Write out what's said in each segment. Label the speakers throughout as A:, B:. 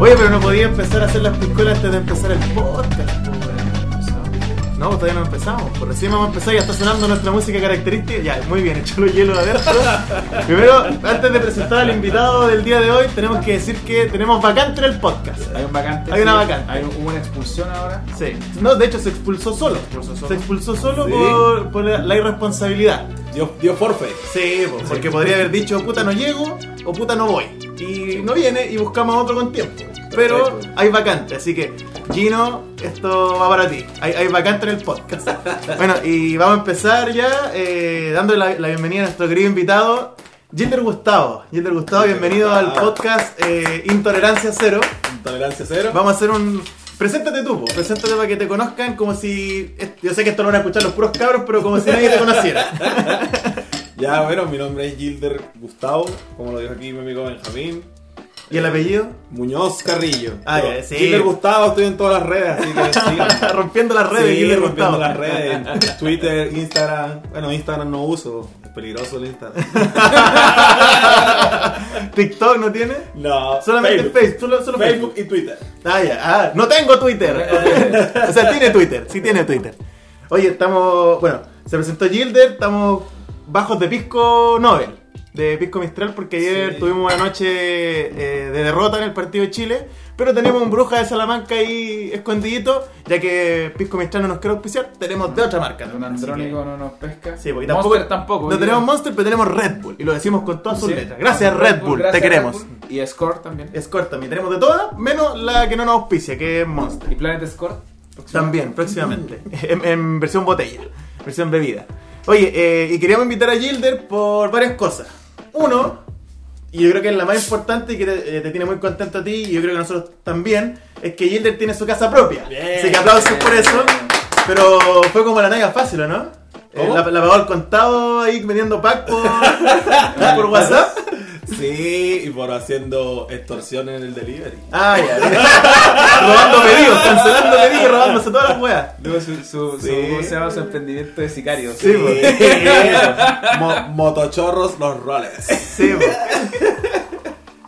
A: Oye, pero no podía empezar a hacer las piscolas antes de empezar el podcast, po, weón. No, pues, todavía no empezamos. Por recién vamos a empezar y ya está sonando nuestra música característica. Ya, muy bien, echó los hielos adentro. Primero, antes de presentar al invitado del día de hoy, tenemos que decir que tenemos vacante en el podcast.
B: Hay un vacante.
A: Hay una
B: sí.
A: vacante.
B: Hay un- hubo una expulsión ahora.
A: Sí. No, de hecho se expulsó solo.
B: expulsó solo.
A: Se expulsó solo
C: Sí.
A: por, por la la irresponsabilidad.
C: Dio, dio forfe.
A: Sí, po, porque podría haber dicho puta no llego o puta no voy. Y no viene y buscamos a otro con tiempo. Pero hay vacante, así que Gino, esto va para ti. Hay, hay vacante en el podcast. Bueno, y vamos a empezar ya eh, dándole la, la bienvenida a nuestro querido invitado, Gilder Gustavo. Gilder Gustavo, bienvenido al podcast eh, Intolerancia Cero.
C: Tolerancia cero.
A: Vamos a hacer un. Preséntate tú, po. preséntate para que te conozcan como si. Yo sé que esto lo van a escuchar los puros cabros, pero como si nadie te conociera.
C: Ya, bueno, mi nombre es Gilder Gustavo, como lo dijo aquí mi amigo Benjamín.
A: ¿Y el apellido?
C: Muñoz Carrillo.
A: Ah,
C: Yo,
A: ya, sí.
C: Gilder Gustavo, estoy en todas las redes, así que sigan.
A: rompiendo las redes,
C: Sí,
A: Gilder
C: rompiendo
A: Gustavo.
C: las redes. en Twitter, Instagram. Bueno, Instagram no uso, es peligroso el Instagram.
A: TikTok no tiene.
C: No,
A: Solamente
C: Facebook.
A: Facebook, solo, solo
C: Facebook Eh,
A: Facebook.
C: y Twitter.
A: Ah, ya, ah, no tengo Twitter. o sea, tiene Twitter, sí tiene Twitter. Oye, estamos. Bueno, se presentó Gilder, estamos bajos de Pisco Nobel, de Pisco Mistral, porque ayer
C: Sí.
A: tuvimos una noche eh, de derrota en el partido de Chile. Pero tenemos un bruja de Salamanca ahí escondidito, ya que Pisco Mistral no nos quiere auspiciar, tenemos de otra marca.
B: Un
A: así que-
B: andrónico no nos pesca.
A: Sí, porque tampoco,
B: Monster tampoco.
A: No
B: oye.
A: tenemos Monster, pero tenemos Red Bull. Y lo decimos con todas sus
B: Sí.
A: letras. Gracias, Red Bull.
B: gracias,
A: te
B: Red
A: queremos.
B: Bull. Y Score también.
A: Escort también. Tenemos de todas, menos la que no nos auspicia, que es
B: Y
A: Monster.
B: Planet Score.
A: También, próximamente. en, en versión botella, versión bebida. Oye, eh, y queríamos invitar a Gilder por varias cosas. Uno, y yo creo que es la más importante y que te, eh, te tiene muy contento a ti, y yo creo que nosotros también, es que Gilder tiene su casa propia.
C: Bien.
A: Así que aplausos por eso. Pero fue como la nega fácil, ¿o no? Eh,
C: ¿Cómo?
A: la, la pagó al contado ahí vendiendo pack por, por WhatsApp.
C: Sí, y por haciendo extorsiones en el delivery.
A: Ah, ya. robando pedidos, cancelando pedidos, y robándose todas las weas.
B: Luego su, su, su,
C: Sí.
B: ¿cómo se llama? su emprendimiento de sicario.
A: Sí, pues. po.
C: Mo- motochorros los roles.
A: Sí, po.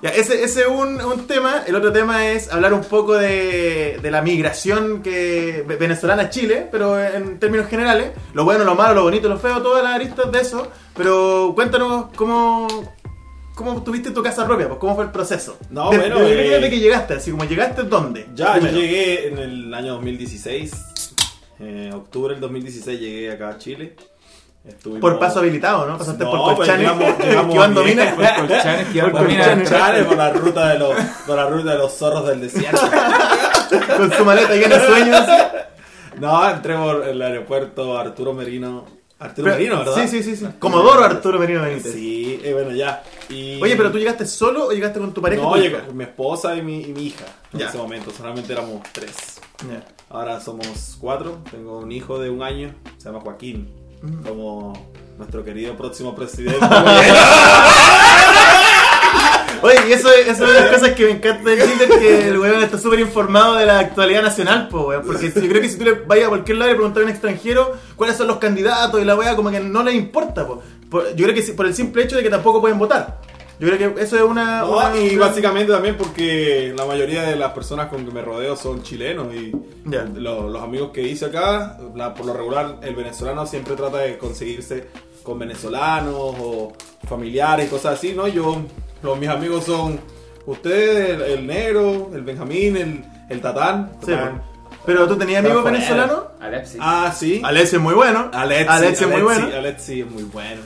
A: Ya, ese ese es un, un tema. El otro tema es hablar un poco de, de la migración que ve- venezolana a Chile, pero en términos generales. Lo bueno, lo malo, lo bonito, lo feo, todas las aristas de eso. Pero cuéntanos cómo, cómo tuviste tu casa propia, pues cómo fue el proceso.
C: No,
A: De-
C: bueno,
A: desde el día
C: eh,
A: de que llegaste, así como llegaste, ¿dónde?
C: Ya, yo
A: Primero.
C: llegué en el año 2016, eh, octubre del 2016 llegué acá a Chile. Estuvimos-
A: Por paso habilitado, ¿no? Pasaste
C: No,
A: por
C: pues,
A: Colchane,
C: llegamos- llegamos
A: esquivando
C: bien. pues,
A: minas.
B: Por colchanes que
A: Por
B: van
C: Por
A: Colchane.
B: caminando.
C: Colchane, por la ruta de los, por la ruta de los zorros del desierto.
A: con su maleta llena de sueños.
C: No, entré por el aeropuerto Arturo Merino. Arturo Merino, ¿verdad?
A: Sí, sí, sí, sí. Comodoro Arturo Merino Benítez.
C: Sí, eh, bueno, ya. Y-
A: Oye, pero tú llegaste solo o llegaste con tu pareja? Pues, y
C: No,
A: tu
C: llegó
A: hija?
C: mi esposa y mi, y mi hija. En
A: Ya.
C: ese momento, solamente éramos tres.
A: Ya.
C: Ahora somos cuatro. Tengo un hijo de un año, se llama Joaquín.
A: Mm.
C: Como nuestro querido próximo presidente.
A: Oye, y eso, es- eso es una de las cosas que me encanta del Tinder, que el weón está súper informado de la actualidad nacional, po, weón. Porque yo creo que si tú le vayas a cualquier lado y le preguntas a un extranjero cuáles son los candidatos y la weá, como que no les importa, po. Por- yo creo que si- por el simple hecho de que tampoco pueden votar. Yo creo que eso es una... una-
C: No, y básicamente también porque la mayoría de las personas con que me rodeo son chilenos y
A: Ya.
C: lo- los amigos que hice acá, la- por lo regular el venezolano siempre trata de conseguirse con venezolanos o familiares y cosas así, ¿no? Yo, los, mis amigos son ustedes, el, el negro, el Benjamín, el, el Tatán.
A: Sí, po. Pero tú tenías amigos venezolanos.
B: Alexis.
C: Ah, sí.
A: Alexis es muy bueno.
C: Alexi,
A: Alexis es muy bueno.
C: Alexi es muy bueno.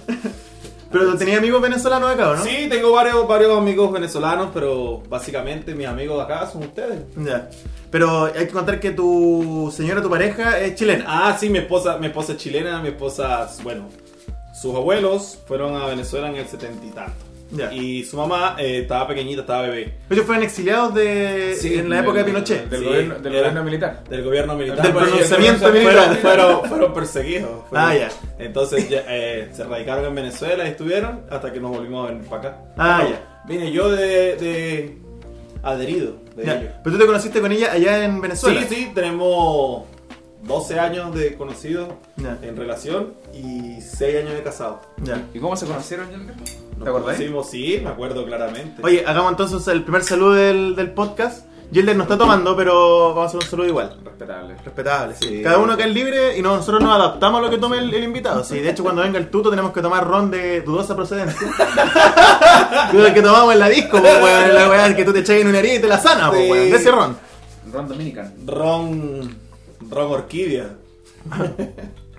A: Pero tú tenías amigos venezolanos acá, ¿o ¿no?
C: Sí, tengo varios, varios amigos venezolanos, pero básicamente mis amigos acá son ustedes.
A: Ya. Pero hay que contar que tu señora, tu pareja, es chilena.
C: Ah, sí, mi esposa, mi esposa es chilena, mi esposa, bueno, sus abuelos fueron a Venezuela en el setenta y tanto.
A: Ya.
C: Y su mamá eh, estaba pequeñita, estaba bebé.
A: Ellos fueron exiliados de,
C: Sí,
A: Ah, en la época de Pinochet.
B: Del,
C: Sí,
B: gobierno, del
C: era-
B: gobierno militar.
C: Del gobierno militar.
A: Del
C: Pero ellos
A: pronunciamiento
C: fueron-
A: militar.
C: Fueron, fueron, fueron perseguidos. fueron-
A: Ah, ya.
C: Entonces ya, eh, se radicaron en Venezuela y estuvieron hasta que nos volvimos a venir para acá.
A: Ah,
C: Pero
A: ya.
C: Vine yo de, de adherido de
A: Ya.
C: ellos.
A: Pero tú te conociste con ella allá en Venezuela.
C: Sí, sí, tenemos 12 años de conocidos
A: Ya.
C: en relación y 6 años de casado.
A: Ya.
B: ¿Y cómo se conocieron, Yelka?
C: Nos
B: ¿Te acordás?
C: conocimos, sí, me acuerdo claramente.
A: Oye, hagamos entonces el primer saludo del, del podcast. Gilder no está tomando, pero vamos a hacer un saludo igual.
B: Respetable.
A: Respetable, sí.
C: Sí.
A: Cada uno que es libre y no- nosotros nos adaptamos a lo que tome el, el invitado. Sí, de hecho, cuando venga el tuto tenemos que tomar ron de dudosa procedencia. Como el que tomamos en la disco, po, weón. La weá que tú te echas en una herida y te la sana, po,
C: Sí.
A: weón. De ese ron.
B: Ron Dominican.
C: Ron. Ron Orquídea.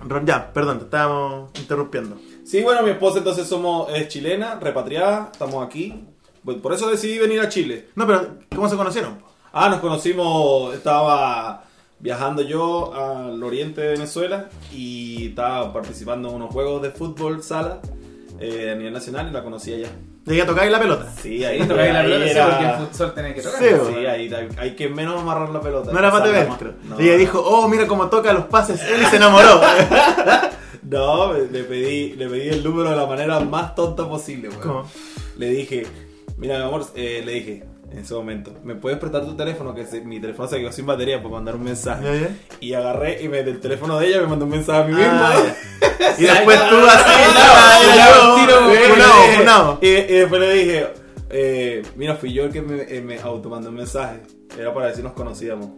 A: Ron, ya, perdón, te estábamos interrumpiendo.
C: Sí, bueno, mi esposa entonces somos, es chilena, repatriada, estamos aquí. Por por eso decidí venir a Chile.
A: No, pero ¿cómo se conocieron?
C: Ah, nos conocimos, estaba viajando yo al oriente de Venezuela y estaba participando en unos juegos de fútbol sala eh, a nivel nacional y la conocí allá.
A: Llegué a tocar la pelota.
C: Sí, ahí,
B: Ahí tocáis la
C: ahí
B: pelota, sí,
C: era-
B: porque en futsal tenés que tocar.
A: Sí,
B: ¿no?
A: bueno.
C: Sí, ahí hay, hay que menos amarrar la pelota.
A: No era para
C: Pasarla
A: Destro.
C: más. No.
A: Ella dijo, oh, mira cómo toca los pases. Él y se enamoró.
C: No, me- le pedí, le pedí el número de la manera más tonta posible, weón.
A: ¿Cómo?
C: Le dije, mira mi amor, eh, le dije en ese momento, ¿me puedes prestar tu teléfono? Que se- mi teléfono se quedó sin batería para mandar un mensaje.
A: Ya, ya.
C: Y agarré y me, del teléfono de ella me mandó un mensaje a mí mismo.
A: Ah, ya. y después tú así,
C: Ah,
A: era
C: ya,
A: yo,
C: tiro, güey.
A: funado, funado.
C: Y, y después le dije, eh, mira, fui yo el que me, eh, me automandó un mensaje. Era para ver si nos conocíamos.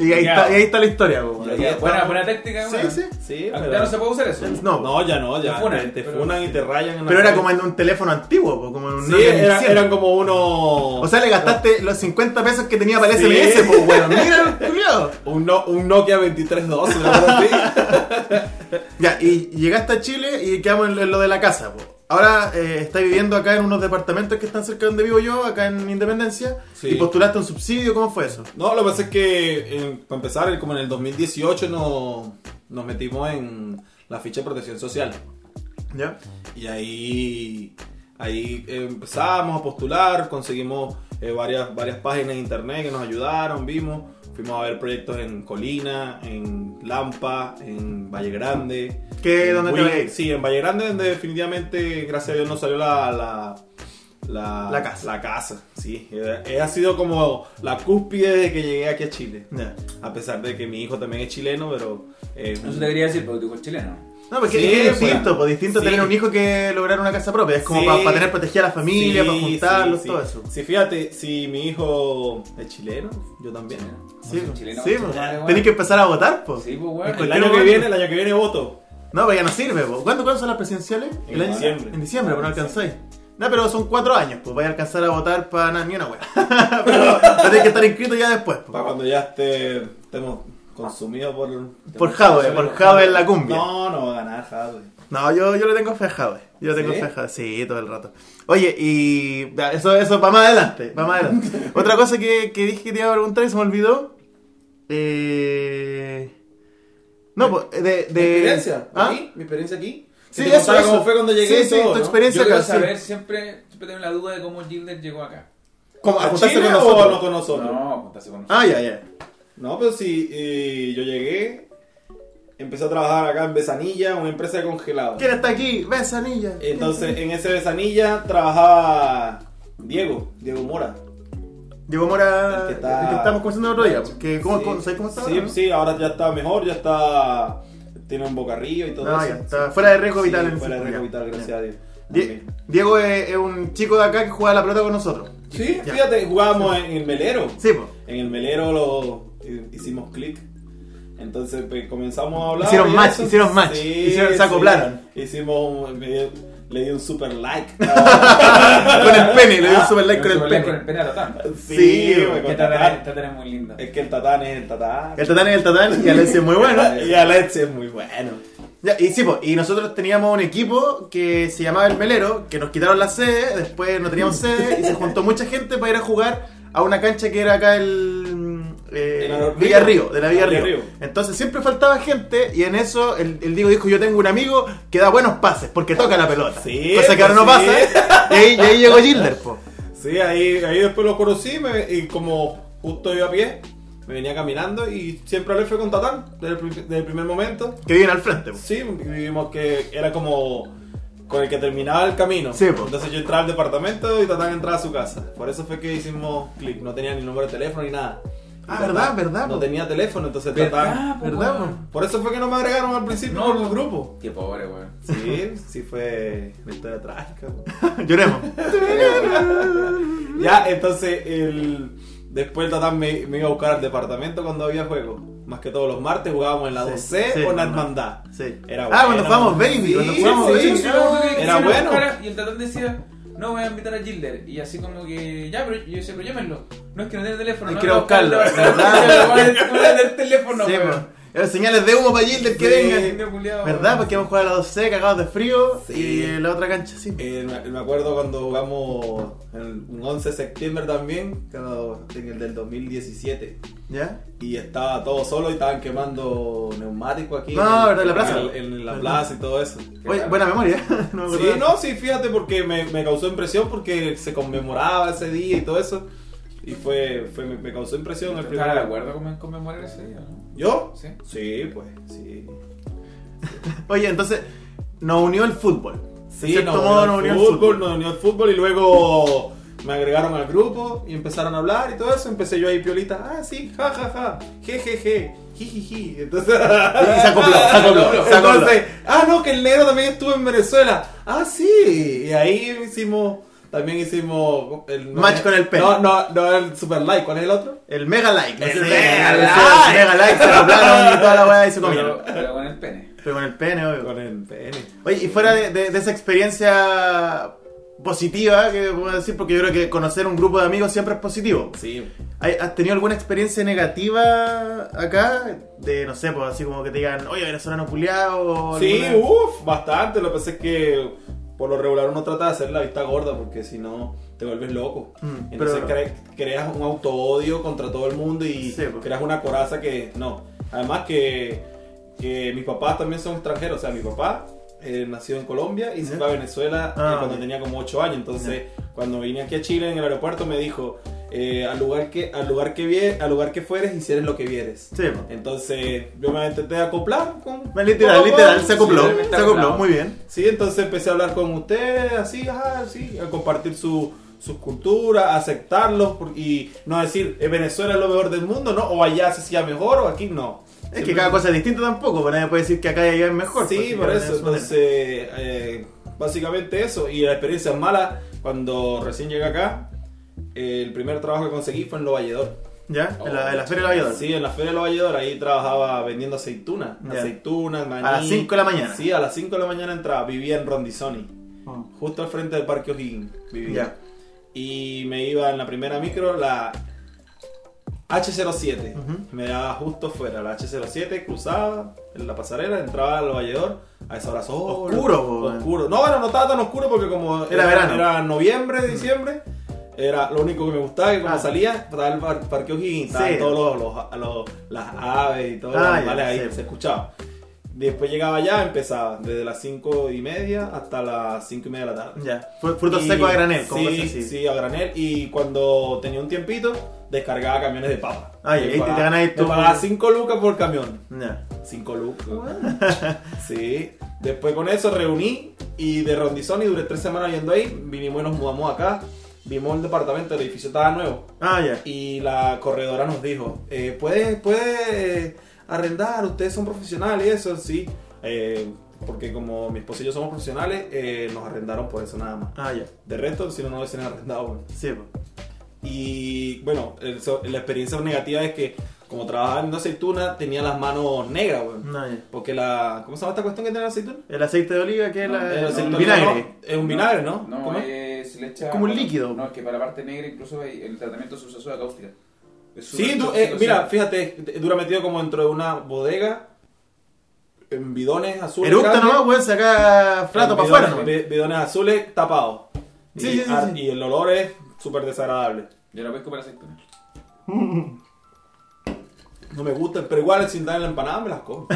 A: Y ahí,
B: Ya.
A: está, y ahí está la historia, po,
C: Ya,
A: weón.
C: ya.
B: Buena, buena, buena táctica,
A: Sí,
B: weón.
A: sí.
C: Sí,
B: Ah,
C: pero-
B: Ya no se puede usar eso.
A: No,
C: No, ya no, ya.
B: Te funan,
C: te, te
B: pero-
C: funan y te rayan. en la
A: pero era
C: calle.
A: como en un teléfono antiguo, po, como en un
C: Sí,
A: Nokia
C: era-
A: 1100.
C: eran como unos.
A: O sea, le gastaste los 50 pesos que tenía para el
C: Sí.
A: SMS, po, weón. Mira, culiao.
C: un, no- un Nokia 2312, una cosa así.
A: Ya, y llegaste a Chile y quedamos en lo de la casa, po. Ahora eh, estás viviendo acá en unos departamentos que están cerca de donde vivo yo, acá en Independencia,
C: Sí.
A: y postulaste un subsidio, ¿cómo fue eso?
C: No, lo que pasa es que, en- para empezar, como en el 2018 nos, nos metimos en la ficha de protección social.
A: ¿Ya?
C: Y ahí, ahí empezamos a postular, conseguimos eh, varias, varias páginas de internet que nos ayudaron, vimos, fuimos a ver proyectos en Colina, en Lampa, en Valle Grande.
A: ¿Qué,
C: en
A: dónde te
C: Huil-
A: vas a ir?
C: Sí, en Valle Grande, donde definitivamente, gracias a Dios, nos salió la... la la,
A: La casa.
C: La casa, sí. Eh, eh, Ha sido como la cúspide de que llegué aquí a Chile.
A: Ya.
C: A pesar de que mi hijo también es chileno, pero... eh,
B: Eso te quería decir, porque tu hijo es chileno.
A: No, porque
C: Sí,
A: es distinto,
C: bueno.
A: pues distinto
C: Sí.
A: tener un hijo que lograr una casa propia. Es como
C: Sí.
A: para tener protegida a la familia,
C: Sí,
A: para juntarlos,
C: sí, sí.
A: todo eso.
C: Sí, fíjate, si mi hijo es chileno, yo también.
A: Sí,
B: Chileno,
A: pues.
B: chileno,
A: sí,
B: chileno,
A: pues.
B: vale,
A: Tenés que empezar a votar, pues.
B: Sí, pues,
A: En
B: weón.
C: El
A: cualquier
C: año que
A: momento.
C: viene, el año que viene voto.
A: No, pero ya no sirve, pues. ¿Cuándo, cuándo son las presidenciales?
C: En
A: año?
C: diciembre.
A: En diciembre, pero no
B: Ah, sí.
A: alcanzáis. No, pero son cuatro años, pues vais a alcanzar a votar para nada, ni una wea. pero tenéis que estar inscrito ya después, pues.
C: Para cuando ya esté, estemos consumidos por.
A: Por Jave, por Jave en la cumbia. No,
C: No, no va a ganar Jave.
A: yo, yo le tengo fe a Jave. Yo le tengo
B: ¿Sí?
A: fe a Jave, sí, todo el rato. Oye, y ya, eso, eso va más adelante, va más adelante. Otra cosa que, que dije que te iba a preguntar y se me olvidó. Eh... No, pues, de... de...
C: ¿Mi experiencia?
A: ¿Ah?
C: ¿Aquí? ¿Mi experiencia aquí?
A: Sí,
C: Que te
A: eso,
C: contara
A: eso.
C: cómo fue cuando llegué.
A: Sí,
C: y
A: sí,
C: todo,
A: tu
C: ¿no?
A: experiencia
B: Yo quiero
A: acá, sí.
B: saber siempre, siempre tengo la duda de cómo Gilder llegó acá.
C: ¿Cómo,
A: ¿A
C: ¿A
A: juntarse
C: Chile
A: con
C: o
A: nosotros?
C: no con nosotros? No,
B: No, juntarse con nosotros.
A: Ah, ya, ya.
C: pero sí, eh, yo llegué, empecé a trabajar acá en Besanilla, una empresa de congelados.
A: ¿Quién está aquí? Besanilla.
C: Entonces, eh, en ese Besanilla trabajaba Diego, Diego Mora.
A: Diego Mora,
C: El
A: el
C: que
A: que,
C: está-
A: estábamos conversando el otro día, porque ¿cómo, cómo- ¿sabes cómo está?
C: Sí,
A: ahora, no?
C: sí, ahora ya está mejor, ya está. Tiene un bocarrillo y todo
A: Ah,
C: eso.
A: ya, está fuera de riesgo vital en
C: Sí,
A: el
C: fuera de riesgo
A: circuito,
C: vital,
A: ya.
C: gracias a Dios.
A: Die-
C: Amén.
A: Diego es, es un chico de acá que juega a la pelota con nosotros.
C: Sí,
A: Ya.
C: fíjate, jugábamos en el melero.
A: Sí, pues.
C: En el melero lo hi- hicimos clic. Entonces pues, comenzamos a hablar.
A: Hicieron
C: y
A: match,
C: eso.
A: hicieron match, hicieron- se acoplaron.
C: Hicimos un- me dio- le di un super like.
A: Con el pene, le dio un super like con
B: Yo
A: el
B: soy con
A: pene.
B: el pene a lo tanto.
A: Sí,
C: me
B: Que
C: contrataron.
B: Tatán Tatán es muy lindo.
C: Es que el tatán es el tatán.
A: El tatán es el tatán y Alexis es muy bueno.
C: Y Alexis es muy bueno.
A: Ya, y sí, po, y nosotros teníamos un equipo que se llamaba El Melero, que nos quitaron la sede, después no teníamos sede, y se juntó mucha gente para ir a jugar a una cancha que era acá el... Eh,
C: En Arroyo.
A: Villa Río, de la Villa
C: Arroyo
A: Río.
C: Río.
A: Entonces siempre faltaba gente, y en eso el, el Diego dijo, yo tengo un amigo que da buenos pases, porque toca la pelota.
C: Sí,
A: Cosa que ahora no
C: pues
A: pasa, y
C: sí.
A: ahí, y ahí llegó Gilder, po.
C: Sí, ahí, ahí después lo conocí me- y como justo iba a pie, me venía caminando y siempre hablé fue con Tatán desde el, pri- desde el primer momento.
A: Que viene al frente, po.
C: Sí, vivimos que era como con el que terminaba el camino.
A: Sí, po.
C: Entonces yo entraba al departamento y Tatán entraba a su casa. Por eso fue que hicimos clic, no tenía ni número de teléfono ni nada.
A: Ah, verdad, verdad.
C: No
A: po.
C: tenía teléfono, entonces trataba.
B: ¿Verdad? po,
A: ¿Verdad,
B: weón?
C: Por eso fue que no me agregaron al principio
B: No,
C: al grupo.
B: Qué pobre, weón.
C: Sí, sí fue una historia trágica. po.
A: Lloremos.
C: Ya, entonces el... después el Tatán me, me iba a buscar al departamento cuando había juego. Más que todos los martes jugábamos en la
A: Sí,
C: 2C
A: sí,
C: o en la
A: no.
C: hermandad.
A: Sí.
C: Era
A: ah,
C: bueno.
A: cuando jugamos Baby, cuando
C: Sí,
A: jugamos
C: sí,
A: Baby.
C: sí.
B: Era
C: Era bueno.
B: bueno. Y el tatán decía, no voy a invitar a Gilder. Y así como que, ya, pero yo decía, pero llámenlo. No es que no tiene teléfono.
A: Hay
B: no
A: que
B: lo
A: ir a buscarlo.
B: buscarlo, ¿verdad? Voy a tener- voy a tener teléfono,
A: Sí,
B: weón.
A: po. Era señales de humo para Gilder que
C: Sí.
A: vengan.
B: Indio culiao,
A: ¿Verdad?
B: weón.
A: Porque vamos a jugar a las 12 cagados de frío
C: Sí.
A: y la otra cancha sí.
C: Eh, me- me acuerdo cuando jugamos el- un 11 de septiembre también, cuando- en el del 2017.
A: ¿Ya?
C: Y estaba todo solo y estaban quemando neumáticos aquí.
A: No,
C: en-
A: ¿verdad? En la plaza.
C: En, en la
A: ¿Verdad?
C: plaza y todo eso.
B: Qué
A: Oye,
B: raro.
A: buena memoria. no me
C: Sí,
A: acordaba.
C: no, sí, fíjate porque me, me causó impresión porque se conmemoraba ese día y todo eso. Y fue, fue me, me causó impresión el
B: ¿Estás de
C: primer
B: acuerdo con conmemorar ese día, no?
C: ¿Yo?
B: Sí.
C: Sí, pues, sí.
A: Oye, entonces nos unió el fútbol.
C: Sí,
A: cierto
C: nos
A: modo,
C: unió el fútbol, nos unió el fútbol y luego me agregaron al grupo y empezaron a hablar y todo eso. Empecé yo ahí piolita, ah, sí, ja, ja, ja, je, je, je, ji, ji, ji. Entonces,
A: Y se acopló, se acopló, se acopló.
C: entonces, ah, no, que el negro también estuvo en Venezuela. Ah, sí. Y ahí hicimos, también hicimos el no,
A: Match con el pene.
C: No, no, no, el super like, ¿cuál es el otro?
A: El Mega Like. no
C: El
A: sé,
C: Mega
A: el
C: Like.
A: Mega Like se compraron y toda la weá y se comieron.
B: Pero, pero con el pene.
A: Pero con el pene, obvio.
C: Con el pene.
A: Oye, y fuera de, de- de esa experiencia positiva, que puedo decir, porque yo creo que conocer un grupo de amigos siempre es positivo.
C: Sí.
A: ¿Hay- ¿Has tenido alguna experiencia negativa acá? De, no sé, pues así como que te digan, oye, venezolano culiado.
C: Sí, uh. uff, bastante. Lo que pasa es que por lo regular uno trata de hacer la vista gorda porque si no te vuelves loco.
A: Mm,
C: Entonces
A: pero-
C: cre- creas un auto-odio contra todo el mundo y
A: Sí, pues.
C: creas una coraza que no. Además que, que mis papás también son extranjeros. O sea, mi papá eh, nació en Colombia y se
A: Ya.
C: fue a Venezuela eh,
A: Ah,
C: cuando
A: ok.
C: tenía como 8 años. Entonces, cuando vine aquí a Chile en el aeropuerto me dijo... eh, al lugar que al lugar que vie- al lugar que fueres hicieres lo que vieres
A: Sí, pues.
C: entonces yo me intenté acoplar con...
A: Bueno, Literal, literal, se acopló,
C: Sí,
A: se acopló, muy bien.
C: Sí, entonces empecé a hablar con ustedes, así, ajá, sí, a compartir su, sus culturas, a aceptarlos por- y no decir eh, Venezuela es lo mejor del mundo, ¿no? O allá se hacía mejor o aquí no.
A: Es que cada cosa es distinta tampoco, pues nadie puede decir que acá y allá es mejor. pues,
C: Sí,
A: porque
C: por
A: cada
C: eso,
A: es una-
C: entonces eh, básicamente eso. Y la experiencia mala, cuando recién llegué acá, eh, el primer trabajo que conseguí fue en Lo Valledor.
A: ¿Ya? en, la, en la Feria de la Valladolid.
C: Sí, en la Feria de Nueva York, ahí trabajaba vendiendo aceitunas.
A: Ya.
C: Aceitunas, maní.
A: A las 5 de la mañana.
C: Sí, a las 5 de la mañana entraba. Vivía en Rondizoni,
A: Oh.
C: justo al frente del Parque O'Higgins. Vivía.
A: Ya.
C: Y me iba en la primera micro, la H07.
A: Ujú.
C: Me daba justo fuera. La H07 cruzaba en la pasarela, entraba al Valledor. A esa hora solo.
A: Oscuro, po, weón.
C: Oscuro. No, bueno, no estaba tan oscuro porque como
A: Era verano.
C: Era noviembre, diciembre. Era lo único que me gustaba que cuando
A: Ah.
C: salía estaba el par- Parque O'Higgins, estaban
A: Sí.
C: todos los, los- los- las aves y todo, los
A: Ah, ya,
C: animales ahí,
A: sí.
C: se escuchaba. Después llegaba allá, empezaba desde las 5 y media hasta las 5 y media de la tarde.
A: Ya. Fru- Frutos
C: Y-
A: secos a granel, como
C: sí,
A: cosas así.
C: sí, a granel. Y cuando tenía un tiempito, descargaba camiones de papa.
A: Ah, y
C: Me
A: ahí te-
C: pagaba-
A: te ganas ahí
C: me
A: tu-
C: pagaba 5 lucas por camión.
A: Ya.
C: 5 lucas. sí. Después con eso reuní y de Rondizoni duré 3 semanas viendo ahí. Vinimos y nos mudamos acá. Vimos el departamento, el edificio estaba nuevo.
A: Ah, ya.
C: Y la corredora nos dijo, eh, puede, puede eh, arrendar, ustedes son profesionales y eso, sí. Eh, porque como mi esposo y yo somos profesionales, eh, nos arrendaron por eso nada más.
A: Ah, ya.
C: De resto, si no, no lo hubiesen arrendado. bueno.
A: Sí, pues.
C: Y bueno, el- so- la experiencia negativa es que como trabajaba en aceituna, tenía las manos negras, weón.
A: No, ya.
C: Porque la... ¿Cómo se llama esta cuestión que tiene la aceituna?
A: El aceite de oliva que es
B: No,
C: Ah,
A: la-
B: el
A: el,
B: aceite de oliva
A: Eh, vinagre.
C: no, es un vinagre, ¿no?
B: No,
C: ¿Cómo es?
B: eh, se le echa.
A: Como un líquido.
B: No, es que para la parte negra incluso hay- el tratamiento se usa soda cáustica. Es
C: Sí,
B: súper
C: du-
B: tóxico,
C: eh, mira,
B: sí.
C: fíjate, dura metido como dentro de una bodega, en bidones azules.
A: Eructa
C: grandes,
A: nomás, weón, saca flato
C: en
A: para
C: bidones-
A: afuera, nomás.
C: bi- Bidones azules tapados.
A: Sí,
C: y,
A: sí, sí,
C: ar-
A: sí.
C: y el olor es súper desagradable.
B: Yo la pesco para aceituna.
C: No me gusta, pero igual sin dar la empanada me las como.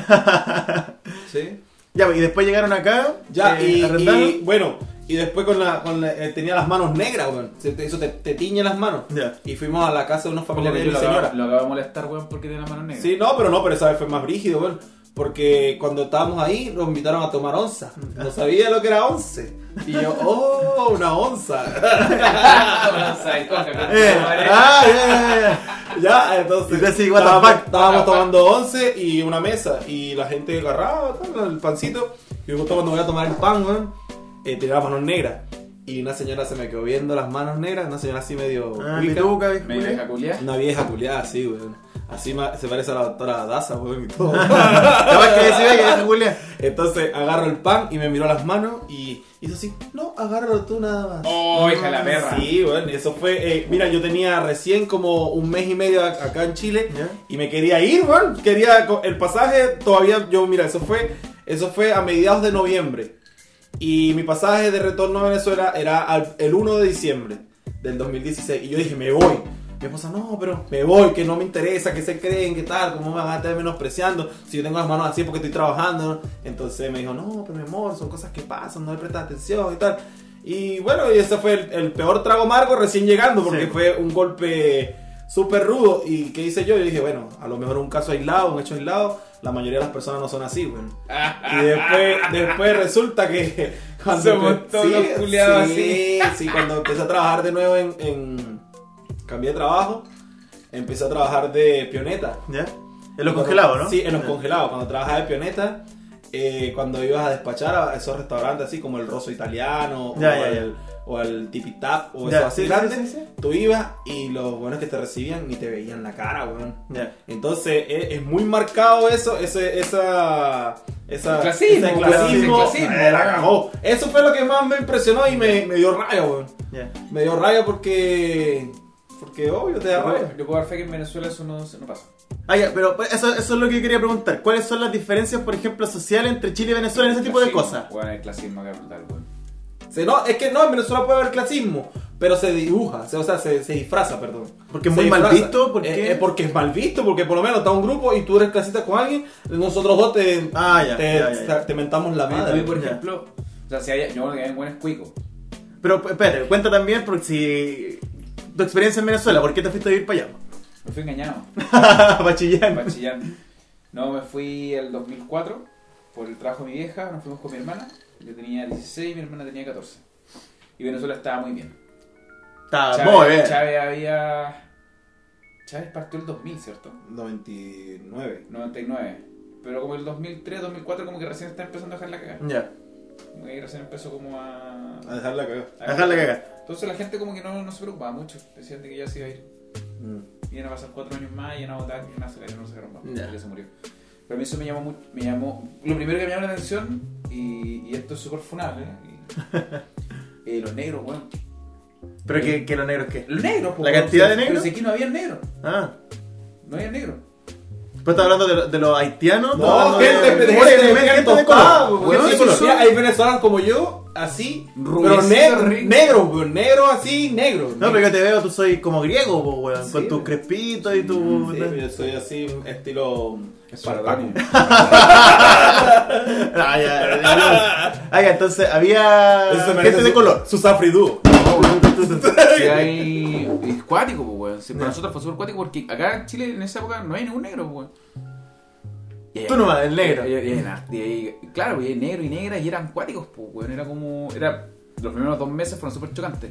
C: sí.
A: Ya, y después llegaron acá.
C: Ya,
A: eh,
C: y,
A: arrendaron.
C: y, bueno, y después con la, con la- eh, tenía las manos negras, weón. Se te- Eso te, te tiñe las manos.
A: Ya.
C: Y fuimos a la casa de unos
B: Como
C: familiares
B: que
C: de
B: yo
C: mi
B: lo
C: señora.
B: acabo, lo acabo de molestar, weón, porque tiene las manos negras.
C: Sí, no, pero no, pero esa vez fue más brígido, weón. Porque cuando estábamos ahí nos invitaron a tomar onza. No sabía lo que era once. Y yo, oh, una onza.
A: Eh, ah, ya, ya, ya.
C: ya, entonces.
A: Entonces, what the
C: estábamos,
A: fuck.
C: estábamos tomando once y una mesa. Y la gente agarraba tal, el pancito. Y justo cuando voy a tomar el pan, weón, eh, tenía las manos negras. Y una señora se me quedó viendo las manos negras, una señora así medio.
A: Ah,
C: cuica.
A: pituca, viejo
B: Me deja culiar.
C: Una vieja culiada así, weón. Así ma- se parece a la doctora Daza, weón, y todo.
A: Ah, Capaz que decía que es Julia.
C: Entonces agarro el pan y me miró las manos y hizo así, no, agárralo tú nada más.
B: Oh, hija de la perra.
C: Sí, bueno, y eso fue, eh, mira, yo tenía recién como un mes y medio ac- acá en Chile
A: Ya.
C: y me quería ir, bueno, quería, co- el pasaje todavía, yo, mira, eso fue, eso fue a mediados de noviembre y mi pasaje de retorno a Venezuela era al- el 1 de diciembre del 2016 y yo dije, me voy. Mi esposa, no, pero me voy, que no me interesa, que se creen, que tal, cómo me van a estar menospreciando, si yo tengo las manos así porque estoy trabajando. ¿no?". Entonces me dijo, no, pero mi amor, son cosas que pasan, no le prestas atención y tal. Y bueno, y ese fue el, el peor trago amargo recién llegando, porque
A: Sí.
C: fue un golpe súper rudo. ¿Y qué hice yo? Yo dije, bueno, a lo mejor un caso aislado, un hecho aislado, la mayoría de las personas no son así, güey. Y después, después resulta que cuando
B: Somos
C: empe-
B: todos culiados
C: sí, sí, cuando empecé a trabajar de nuevo en, en- cambié de trabajo, empecé a trabajar de pioneta.
A: ¿Ya? En los congelados, ¿no?
C: Sí, en los
A: Ya.
C: congelados. Cuando trabajaba de pioneta, eh, cuando ibas a despachar a esos restaurantes así como el Rosso Italiano
A: Ya,
C: o,
A: ya, ya.
C: El, o el Tipi Tap o
A: Ya,
C: eso así
A: sí,
C: grande,
A: sí, sí, sí.
C: tú ibas y los buenos que te recibían ni te veían la cara, weón.
A: Ya.
C: Entonces es, es muy marcado eso, ese, esa, esa,
B: El clasismo,
C: ese
B: weón,
C: clasismo.
B: ese clasismo,
C: Eh, la
B: weón.
C: cagó. Eso fue lo que más me impresionó y me, me dio raya, weón.
A: Ya.
C: Me dio raya porque, porque obvio te da raya.
B: Yo, yo puedo dar fe que en Venezuela eso no, no pasa.
A: Ah, ya, pero eso, eso es lo que quería preguntar. ¿Cuáles son las diferencias, por ejemplo, sociales entre Chile y Venezuela en ese tipo de
B: Clasismo,
A: cosas?
B: Weón, el clasismo acá es brutal, weón.
C: Se- no, es que no, en Venezuela puede haber clasismo, pero se dibuja, se- o sea, se, se disfraza, perdón.
A: Porque es
C: Se
A: muy mal
C: disfraza.
A: visto, ¿por qué?
C: Eh, eh, porque es mal visto, porque por lo menos está un grupo y tú eres clasista con alguien, nosotros dos te,
A: Ah, ya,
C: te,
A: ya, ya, ya.
C: te mentamos la
B: Yo,
C: madre.
B: por
A: ya.
B: ejemplo, o sea, si hay, yo creo que hay un buen cuicos.
A: Pero espérate, cuenta también porque si tu experiencia en Venezuela, ¿por qué te fuiste a vivir para allá?
B: Me fui engañado.
A: para Chillán.
B: para chillar. No, me fui el 2004 por el trabajo de mi vieja, nos fuimos con mi hermana. Yo tenía 16 y mi hermana tenía 14. Y Venezuela estaba muy bien.
A: Está Ah, muy bien.
B: Chávez había... Chávez partió el 2000, ¿cierto?
C: 99.
B: 99. Pero como el 2003, 2004 como que recién está empezando a dejar la cagada.
A: Ya,
B: Como que ahí recién empezó como a...
C: A dejarla cagar.
B: a-
A: dejarle cagar.
B: Entonces la gente como que no, no se preocupaba mucho. Decían de que ya se iba a ir.
A: Mm.
B: iban a pasar cuatro años más, iban a votar, iban a sacar, no sacaron más.
A: Ya.
B: Ya se murió. Pero a mí eso me llamó, mu- me llamó lo primero que me llamó la atención, y, y esto es súper funable, ¿eh? Y- eh, los negros, weón.
A: Pero que, que los negros qué.
B: Los negros, po,
A: ¿La
B: weón.
A: cantidad de
B: Pero
A: negros?
B: si aquí no había negros,
A: Ah.
B: no había negros.
A: ¿Pues estás hablando de, lo- de los haitianos?
C: No,
A: ¿Estás hablando
C: gente,
A: de,
C: gente,
A: Oye,
C: gente,
A: también
C: gente
A: gente de
C: tostada,
A: color.
C: weón,
A: Gente de
C: sí,
A: color.
C: sí, hay venezolanos como yo, así, pero
B: Rubiecitos,
C: negros,
B: ricos.
C: negros, weón, negros así, negros.
A: No, pero yo te veo, tú soy como griego, po, weón,
C: Sí.
A: con tus crespitos y tu...
C: Sí, pero yo soy así, estilo espartano.
A: Ah, ya, ya, ya. Ah, ya, entonces había
C: Eso se merece
A: gente de
C: su-
A: color.
C: Su safridú.
B: Si hay... Es cuático, po, weón. Si para nosotros fue súper cuático porque acá en Chile en esa época no hay ningún negro, po, weón. Y ahí-
A: Tú nomás, el negro.
B: Y- y- y- na- y- y- claro, y negro y negra y eran cuáticos, pues, weón. Era como. Era, los primeros dos meses fueron súper chocantes.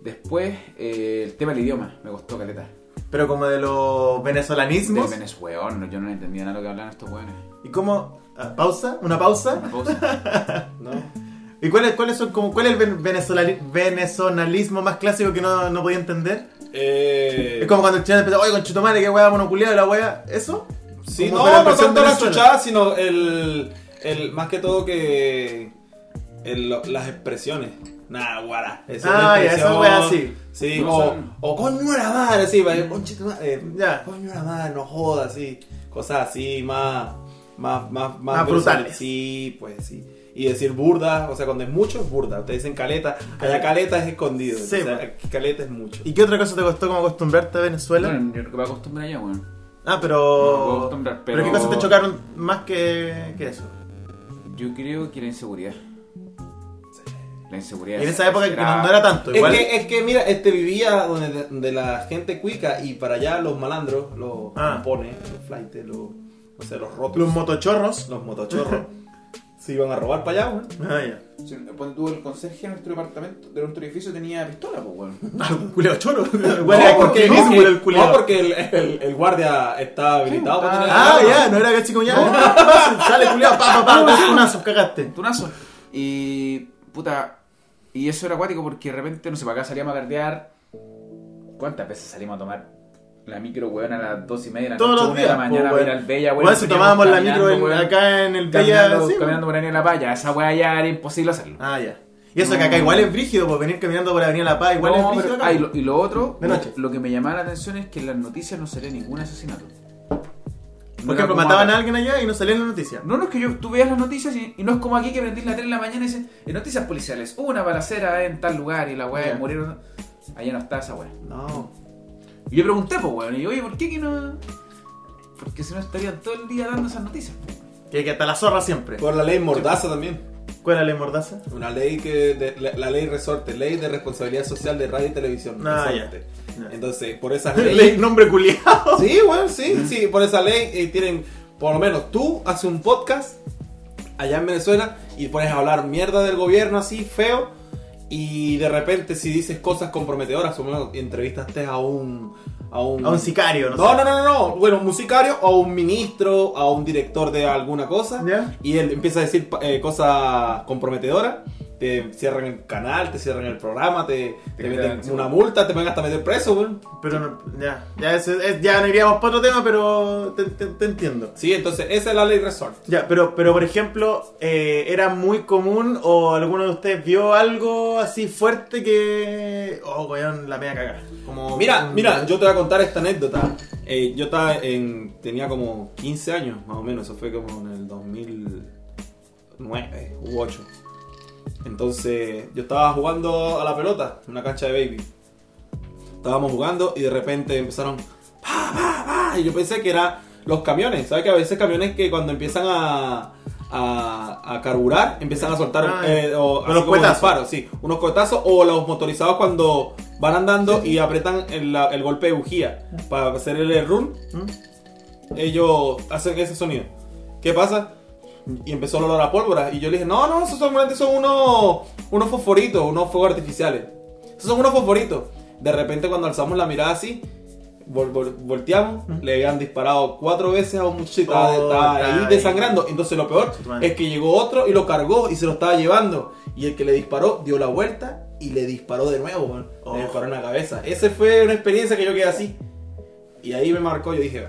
B: Después, eh, el tema del idioma me costó caleta.
A: Pero como de los
B: Del
A: venezolanismos.
B: Venezuela, weón, no, yo no entendía nada de lo que hablaban estos weones.
A: ¿Y cómo? ah, ¿Pausa? ¿Una pausa?
B: Una pausa.
C: No.
A: ¿Y cuáles cuáles son como cuál es el ven- venezolali- venezolanismo más clásico que no, no podía entender?
C: Eh,
A: Es como cuando el chileno empezó, oye, con chutomare, qué weá monoculeado la weá. ¿Eso?
C: sí,
A: como
C: no,
A: fue la
C: no
A: versión
C: tanto la
A: Venezuela.
C: chuchada, sino el, el, más que todo que, el- lo- las expresiones. Nah, guara. Eso es una
A: Ah, ya,
C: expresión.
A: esa wea así.
C: Sí,
B: No,
C: o,
B: son-
C: o coño de la madre, sí, vaya, conche tu madre, eh,
A: Ya.
C: coño de la madre, no jodas, sí, cosas así, más, más, más,
A: Más brutales.
C: Sí, pues sí. Y decir burda, o sea, cuando es mucho es burda. Ustedes dicen caleta, allá caleta es escondido.
A: Sí,
C: o sea,
A: pues.
C: aquí caleta es mucho.
A: ¿Y qué otra cosa te costó como acostumbrarte a Venezuela?
B: Bueno, yo creo que me acostumbré ya, weón.
A: ah,
B: No me puedo
A: pero...
B: acostumbrar,
A: pero... qué
B: pero-
A: cosas te chocaron más que, que eso?
B: Yo creo que la inseguridad. La inseguridad.
A: Y en esa época que
B: era-
A: no, no era tanto,
C: Es
A: igual.
C: que, es que mira, este vivía donde, donde la gente cuica y para allá los malandros, los
A: Ah.
C: pompones, los flaites, los, no sé, los rotos,
A: Los
C: los,
A: motochorros.
C: motochorros, se iban a robar para allá, weón.
A: Ah, ya.
B: Si, Cuando tuvo el conserje de nuestro departamento, de nuestro edificio, tenía pistola, pues, weón.
A: Ah, culiao choro.
C: No,
A: Bueno, era
C: porque,
A: coquenismo
C: no,
A: el culiao.
C: no, porque el, el- el guardia está habilitado para tener
A: Ah,
C: arma.
A: ya, no era así como ya. Sale culiao, pa, pa, pa, bastonazos, cagaste.
B: tunazo. Y. puta. Y eso era acuático porque de repente, no sé, para acá salíamos a cardear. ¿Cuántas veces salimos a tomar la micro, weón, a las dos y media de la
A: Todos
B: noche,
A: los
B: una
A: días,
B: de la
A: po,
B: mañana, para ir
A: weón.
B: al Bella, weón?
A: Bueno, si
B: veníamos
A: tomábamos la micro
B: caminando,
A: en-
B: weón,
A: acá en el Bella.
B: Caminando,
A: sí,
B: caminando por ahí en la playa, esa weá ya era imposible hacerlo.
A: Ah, ya. Y eso que acá igual es brígido, pues venir caminando por Avenida La Paz, igual
B: No,
A: es
B: pero-
A: brígido. acá.
B: ah, y, lo, y lo otro,
A: De noche.
B: Lo, lo que me llamaba la atención es que en las noticias no salía ningún asesinato. No
A: Por
B: era
A: ejemplo,
B: como
A: mataban
B: acá.
A: a alguien allá y no salían las noticias.
B: No, no es que yo, tú veas las noticias y, y no es como aquí que prendís la tele en la mañana y dicen, en noticias policiales, hubo una balacera en tal lugar y la weá
A: Ya.
B: murieron. Allá no está esa weá.
A: No.
B: Y yo pregunté, pues weón, y yo, oye, ¿por qué que no? Porque si no estarían todo el día dando esas noticias. po".
A: Que, que hasta la zorra siempre.
C: Por la ley Mordaza también.
A: ¿Cuál era la mordaza?
C: Una ley que. de- la, la ley resorte, ley de responsabilidad social de radio y televisión.
A: Ah,
C: resorte.
A: ya. Ya.
C: Entonces, por esas leyes.
A: Ley, nombre culiao.
C: Sí, bueno, sí, sí, por esa ley eh, tienen, por lo menos tú haces un podcast allá en Venezuela y pones a hablar mierda del gobierno así, feo, y de repente si dices cosas comprometedoras, como bueno, entrevistaste a un... A un,
A: A un sicario, no,
C: No,
A: sé.
C: no, no, no, no, bueno, un musicario o un ministro, a un director de alguna cosa,
A: Ya.
C: y él empieza a decir pa- eh, cosas comprometedoras. Te cierran el canal, te cierran el programa, te, te
B: Te
C: meten
B: quedan-
C: una multa, te van hasta meter preso, weón.
A: Pero no, ya. Ya, ese- es- ya no iríamos para otro tema, pero te, te- te entiendo.
C: Sí, entonces esa es la ley resort.
A: Ya, pero, pero por ejemplo, eh, ¿era muy común o alguno de ustedes vio algo así fuerte que. Oh, weón, la media cagada? Como.
C: Mira,
A: un-
C: mira, yo te voy a contar esta anécdota. Eh, yo estaba en, tenía como 15 años, más o menos, eso fue como en el 2009 u 8. Entonces, yo estaba jugando a la pelota en una cancha de baby. Estábamos jugando y de repente empezaron... "Pa, pa, pa", Y yo pensé que eran los camiones. ¿Sabes que a veces camiones que cuando empiezan a... A, a carburar, empiezan a soltar
A: Ah,
C: eh, o,
A: con
C: así
A: los
C: como
A: cohetazos.
C: disparos, sí, unos cohetazos o los motorizados cuando van andando y apretan el, la- el golpe de bujía para hacer el run,
A: ¿Mm?
C: ellos hacen ese sonido. ¿Qué pasa? Y empezó el olor a pólvora. Y yo le dije, no, no, esos son, grandes, son unos, unos fosforitos, unos fuegos artificiales. Esos son unos fosforitos. De repente cuando alzamos la mirada así, vol- vol- volteamos,
A: ¿Mm?
C: le habían disparado cuatro veces a un muchacho y estaba,
A: Oh,
C: estaba
A: está
C: ahí
A: ahí.
C: desangrando. Entonces lo peor
A: Su madre.
C: es que llegó otro y lo cargó y se lo estaba llevando. Y el que le disparó dio la vuelta y le disparó de nuevo, weón.
A: Oh.
C: Le disparó en la cabeza. Esa fue una experiencia que yo quedé así. Y ahí me marcó, yo dije,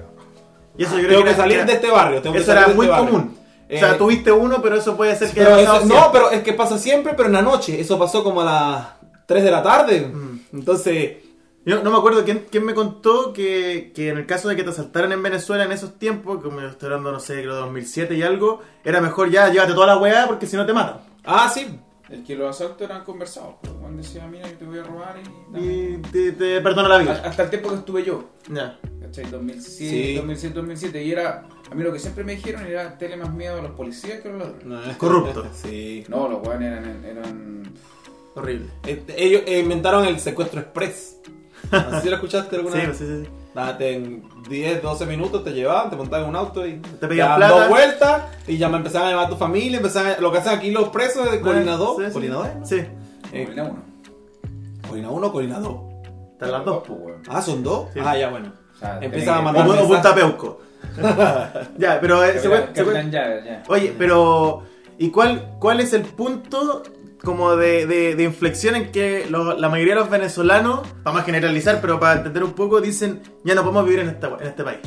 A: Y eso yo creo
C: tengo
A: que
C: que
A: era-
C: salir de este barrio. tengo que
A: Eso
C: salir
A: era
C: de este
A: muy
C: barrio.
A: común.
C: Eh,
A: o sea, tuviste uno, pero eso puede ser que
C: pero
A: haya
C: eso-
A: pasado
C: no,
A: siempre.
C: pero es que pasa siempre, pero en la noche. Eso pasó como a las 3 de la tarde.
A: Mm.
C: Entonces,
A: Yo no me acuerdo quién, quién me contó que, que en el caso de que te asaltaran en Venezuela en esos tiempos, como yo estoy hablando, no sé, creo 2007 y algo, era mejor ya llévate toda la weá porque si no te matan.
C: ah, sí.
B: El que los asaltos eran conversados, pues, weón decía, mira, que te voy a robar y.
A: Y te, te perdona la vida.
B: A- Hasta el tiempo que estuve yo,
A: Ya.
B: ¿cachai? 2007,
C: Sí.
B: 2006, 2007. Y era, a mí lo que siempre me dijeron era, tele más miedo a los policías que a los ladrones.
A: Corrupto.
C: Sí.
B: No, los weones eran, eran
A: Horrible.
C: Este, ellos inventaron el secuestro express. No sé si lo escuchaste alguna
A: Sí,
C: vez.
A: sí, sí. sí.
C: Nada, te- en 10, 12 minutos te llevaban, te montaban en un auto y
A: Te pedían
C: daban
A: plata.
C: dos vueltas y ya me empezaban a llamar a tu familia. Empezaban a- lo que hacen aquí los presos de Colina 2.
A: Ah, Sí, sí.
C: ¿Colina 2?
A: Sí.
C: Eh,
B: como el uno.
C: ¿Colina 1 Colina 2?
A: Están las dos.
B: pues, weón.
C: Ah, son dos.
A: Sí.
C: Ah, ya bueno.
B: O sea,
C: Empiezan
B: tenés
C: a
B: que-
A: O,
C: mandar-
A: pu- o Punta Peuco. ya, pero eh, se
B: Capitán-
A: fue- se fue-
B: Capitán Llaves, ya.
A: Oye, pero ¿y cuál, cuál es el punto como de, de- de inflexión en que lo- la mayoría de los venezolanos, para más generalizar, pero para entender un poco, dicen ya no podemos vivir en, esta, en este país?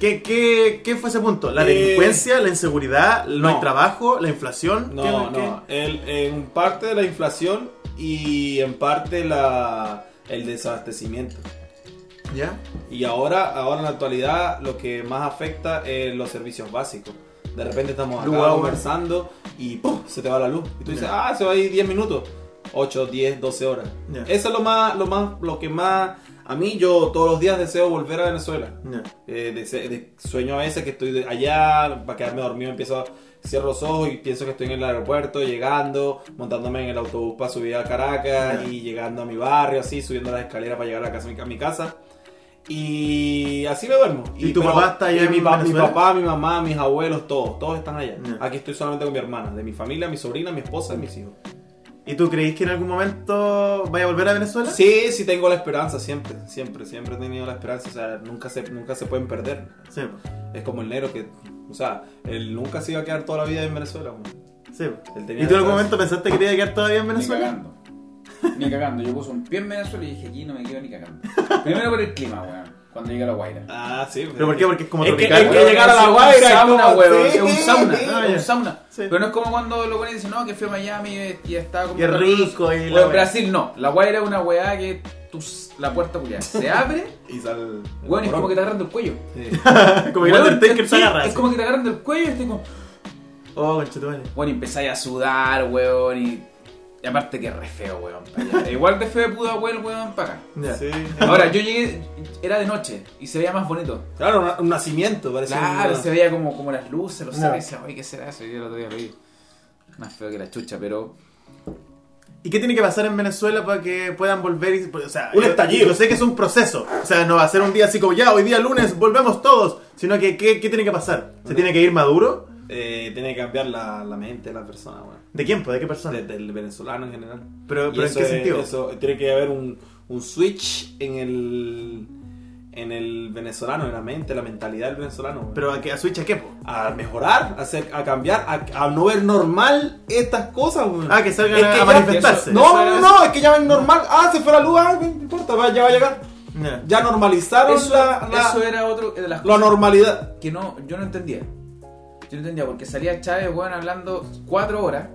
A: ¿Qué, qué, qué fue ese punto? ¿La
C: Eh,
A: delincuencia, la inseguridad, no,
C: no.
A: hay trabajo, la inflación? ¿Qué-
C: No,
A: qué?
C: no. El- en parte de la inflación y en parte la, el desabastecimiento.
A: ¿Ya?
C: Y ahora, ahora en la actualidad, lo que más afecta es los servicios básicos. De repente estamos acá
A: Luz, agua.
C: conversando y ¡pum! se te va la luz. Y tú dices,
A: Ya.
C: ah, se va a ir 10 minutos. 8, 10, 12 horas.
A: Ya.
C: Eso es lo más, lo más, lo que más. A mí, yo todos los días deseo volver a Venezuela.
A: Ya.
C: Eh, dese- de- sueño a veces que estoy de- allá, para quedarme dormido, empiezo a cierro los ojos y pienso que estoy en el aeropuerto, llegando, montándome en el autobús para subir a Caracas
A: Ya.
C: y llegando a mi barrio, así, subiendo las escaleras para llegar a, la casa, a mi casa. Y así me duermo.
A: ¿Y tu papá está allá
C: y mi,
A: en
C: pa- mi
A: Venezuela?
C: papá, mi mamá, mis abuelos, todos, todos están allá.
A: Ya.
C: Aquí estoy solamente con mi hermana, de mi familia, mi sobrina, mi esposa y mis hijos.
A: ¿Y tú creís que en algún momento vaya a volver a Venezuela?
C: Sí, sí tengo la esperanza, siempre, siempre, siempre he tenido la esperanza, o sea, nunca se, nunca se pueden perder.
A: Sí,
C: Es como el negro que, o sea, él nunca se iba a quedar toda la vida en Venezuela. güey.
A: sí.
C: Él tenía
A: ¿Y tú en
C: la
A: algún
C: esperanza.
A: momento pensaste que te iba a quedar todavía en
B: Ni
A: Venezuela?
B: cagando. Ni cagando. Yo puse un pie en Venezuela y dije, aquí no me quedo ni cagando. Primero por el clima, weón. Cuando llegué a La Guaira.
C: Ah, sí.
A: ¿Pero por qué? Porque es como tropical.
C: hay que
B: Weón,
C: llegar a
B: es
C: La
B: un
C: Guaira, es
B: sauna,
C: como-
B: weón.
C: sí,
B: Es un sauna,
C: sí.
B: ah, es un sauna.
A: Sí.
B: Pero no es como cuando los buenos dicen, no, que fui a Miami y estaba como.
A: Y es rico y la
B: Weón,
A: weá.
B: Brasil no. La Guaira es una weá que tú, la puerta culiada se abre,
C: Y sale el-
B: weón, y es como que te agarran del cuello.
C: Sí.
A: como que
B: Weón,
A: el Undertaker
B: sí,
A: se agarra.
B: Es como que te agarran del cuello y estás como.
A: Oh, conchetumare.
B: Bueno, y empezáis a sudar, weón, y... y aparte que es re feo, weón. pa' allá. Igual de feo de Pudahuel, weón, para acá.
A: Ya.
C: Sí.
B: Ahora, yo llegué, era de noche y se veía más bonito.
C: Claro, un- un nacimiento, parece.
B: Claro,
C: una-
B: se veía como, como las luces, los
A: No.
B: cerros, y decía, oye, ¿qué será eso? Y yo el otro día lo vi. Más feo que la chucha, pero...
A: ¿Y qué tiene que pasar en Venezuela para que puedan volver? y- pues, o sea,
C: Un
A: yo-
C: estallido.
A: Yo sé que es un proceso. O sea, no va a ser un día así como ya, hoy día lunes, volvemos todos. Sino que, ¿qué, qué tiene que pasar? ¿Se tiene que ir maduro?
C: Eh, tiene que cambiar la, la mente de la persona, weón.
A: ¿De quién? pues? ¿De qué persona?
C: De- del venezolano en general.
A: Pero-
C: Y
A: pero ¿en
C: eso
A: qué
C: es-
A: sentido?
C: Eso, tiene que haber un, un switch en el en el venezolano, en la mente, la mentalidad del venezolano. güey.
A: ¿Pero a, qué- a Switch a qué? po?
C: a mejorar, a, hacer- a cambiar, a, a no ver normal estas cosas. güey.
A: Ah, que salgan
C: Es
A: a, a
C: ya-
A: manifestarse.
C: no,
B: Eso
C: no,
B: es-
C: no, es que ya ven normal. Ah, se fue la luz, ah, no importa, va, ya va a llegar.
A: Ya.
C: Ya normalizaron
B: Eso,
C: la, la-
B: eso era otro de las
C: la
B: cosas
C: normalidad.
B: que no, yo no entendía. Yo no entendía, porque salía Chávez, weón, hablando cuatro horas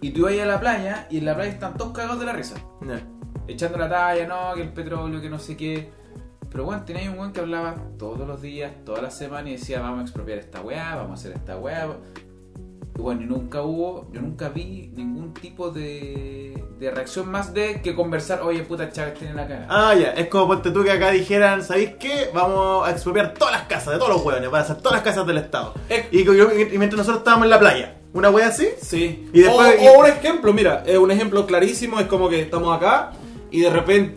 B: y tú ibas a la playa y en la playa están todos cagados de la risa.
A: Ya.
B: echando la talla, no, que el petróleo, que no sé qué. Pero bueno, tenéis un weón que hablaba todos los días, todas las semanas y decía, vamos a expropiar esta weá, vamos a hacer esta weá. Y bueno, y nunca hubo, yo nunca vi ningún tipo de, de reacción más de que conversar, oye puta Chávez tiene la cagada.
A: Ah, ya, es como ponte tú que acá dijeran, ¿sabéis qué? Vamos a expropiar todas las casas de todos los hueones, para hacer todas las casas del Estado.
C: Eh.
A: Y, y- y mientras nosotros estábamos en la playa, una wea así,
C: Sí.
A: Y después-
C: o, o un ejemplo, mira, eh, un ejemplo clarísimo es como que estamos acá y de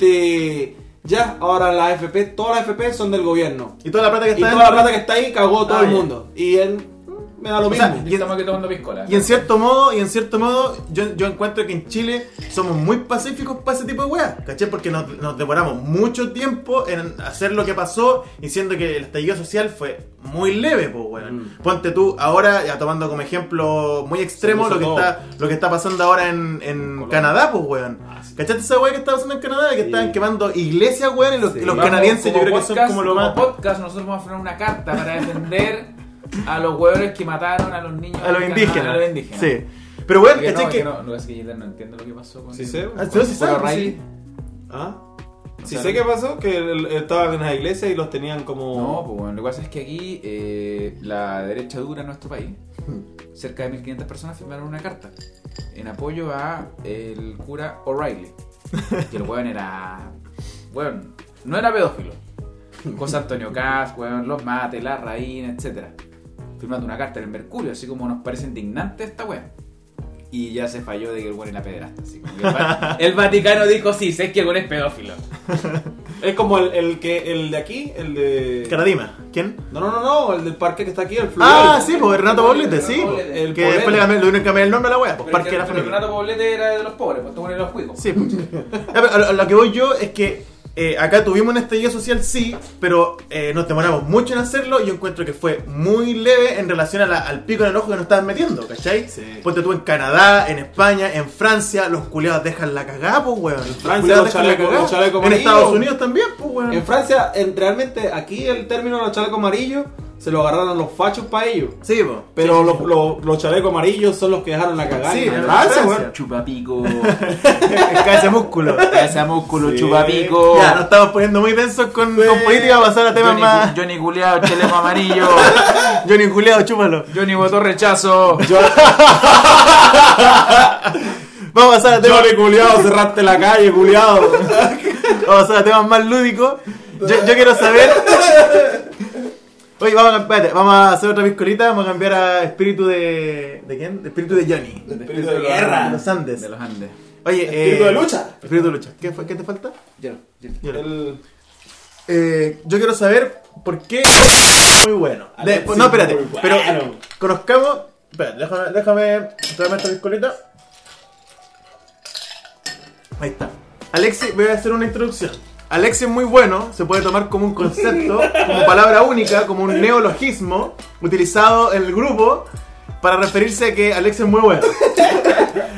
C: repente ya, ahora la AFP, todas las AFP son del gobierno.
A: y toda la plata que
C: Y
A: está
C: toda la
A: dentro-
C: plata que está ahí cagó todo
A: Ah,
C: el
A: ya.
C: mundo. Y él mm, me da lo
A: O
C: mismo.
A: sea,
B: Y estamos aquí tomando piscola.
A: Y en cierto modo, y en cierto modo, yo, yo encuentro que en Chile somos muy pacíficos para ese tipo de weas, ¿cachai? Porque nos, nos devoramos mucho tiempo en hacer lo que pasó, y siendo que el estallido social fue muy leve, pues weón.
C: Mm.
A: Ponte tú ahora, ya tomando como ejemplo muy extremo
C: Se
A: lo
C: puso
A: que
C: todo.
A: está, lo que está pasando ahora en, en
C: Colombia.
A: Canadá, pues weón.
C: Ah, sí.
A: ¿Cachaste esa wea que está pasando en Canadá? Que
C: Sí.
A: estaban quemando iglesias, weón, y los,
C: Sí.
A: y los
B: Vamos,
A: canadienses yo
B: como
A: creo que son
B: podcast-
A: como lo más.
B: podcast, nosotros vamos a firmar una carta para defender a los huevones que mataron a los niños.
A: A los
B: americanos,
A: indígenas.
B: A los indígenas.
A: Sí. Pero weón,
B: Porque no,
A: ¿cachai?
B: que
A: que.
B: no, no, es que yo no entiendo lo que pasó con
C: Sí sé,
A: Ah, no, sí
B: Puro
A: sabe, pues,
B: Riley.
A: sí.
C: Ah.
B: O
C: Si
B: sea,
C: sé qué pasó, que él- él estaba en las iglesias y los tenían como.
B: No, pues bueno, lo que pasa es que aquí eh, la derecha dura en nuestro país, cerca de 1500 personas firmaron una carta en apoyo a el cura O'Reilly. Que el weón era. Bueno, no era pedófilo. José Antonio Cas, weón, los mates, la raíz, etc. Firmando una carta en el Mercurio, así como nos parece indignante esta weón. Y ya se falló de que el weón era pederasta. así como que el, va- el Vaticano dijo: Sí, sé que el weón es pedófilo.
C: Es como el, el que el de aquí, el de.
A: Caradima. ¿Quién?
C: No, no, no, no, el del parque que está aquí, el Florial.
A: Ah, sí, pues Renato Poblete, sí.
B: Renato
A: po.
B: Poblete.
A: El que después le cambié, le tuvieron que cambiar el nombre a la wea, pues
B: Pero
A: Parque de la
B: pero
A: Familia.
B: Renato Poblete era de los pobres, pues tú pones los juegos.
A: Sí, pues. Ya, pero a lo, a lo que voy yo es que eh, acá tuvimos un estallido social, sí, pero eh, nos demoramos mucho en hacerlo y yo encuentro que fue muy leve en relación a la- al pico en el ojo que nos estaban metiendo, ¿cachai?
C: Sí.
A: Ponte tú en Canadá, en España, en Francia, los culiados dejan la cagada, pues, weón. Los
C: Francia,
A: culiados
C: los
A: dejan la
C: chalecos-
A: cagá.
C: los chalecos
A: En
C: amarillos.
A: Estados Unidos también, pues,
C: En
A: weón.
C: Francia, en- realmente aquí el término de los chalecos amarillos se lo agarraron los fachos para ellos.
A: Sí, pues.
C: Pero los, los- los chalecos amarillos son los que dejaron la cagada.
A: Sí,
C: en
A: en
C: Francia,
A: Francia.
C: weón.
B: Chupapico,
A: Cállate músculo.
B: casa músculo,
C: Sí.
B: chupapico.
C: Oh.
A: Ya, nos estamos poniendo muy densos con, con política, vamos a pasar a temas
B: Johnny,
A: más...
B: Johnny Culeado, chileno amarillo.
A: Johnny Juliado, chúpalo.
B: Johnny votó rechazo.
A: Vamos a pasar a temas,
C: Chole, culiado, cerraste la calle, culiado.
A: vamos a pasar a temas más lúdicos. Yo, yo quiero saber. Oye, vamos a, espérate, vamos a hacer otra piscolita. Vamos a cambiar a espíritu de. ¿De quién? De espíritu de Johnny.
C: Espíritu de guerra.
A: De los Andes.
B: De los Andes.
A: Oye, eh,
C: Espíritu de lucha.
A: Espíritu de lucha. ¿Qué, fue- qué te falta?
B: Yo, yo.
A: Yo no.
C: El-
A: eh, yo quiero saber por qué. Muy bueno. De-
C: Alexis
A: no, espérate.
C: muy bueno.
A: Pero conozcamos. Espérate, déjame, déjame traerme esta piscolita. Ahí está. Alexis, voy a hacer una introducción. Alexis es muy bueno, se puede tomar como un concepto, como palabra única, como un neologismo utilizado en el grupo para referirse a que Alexis es muy bueno.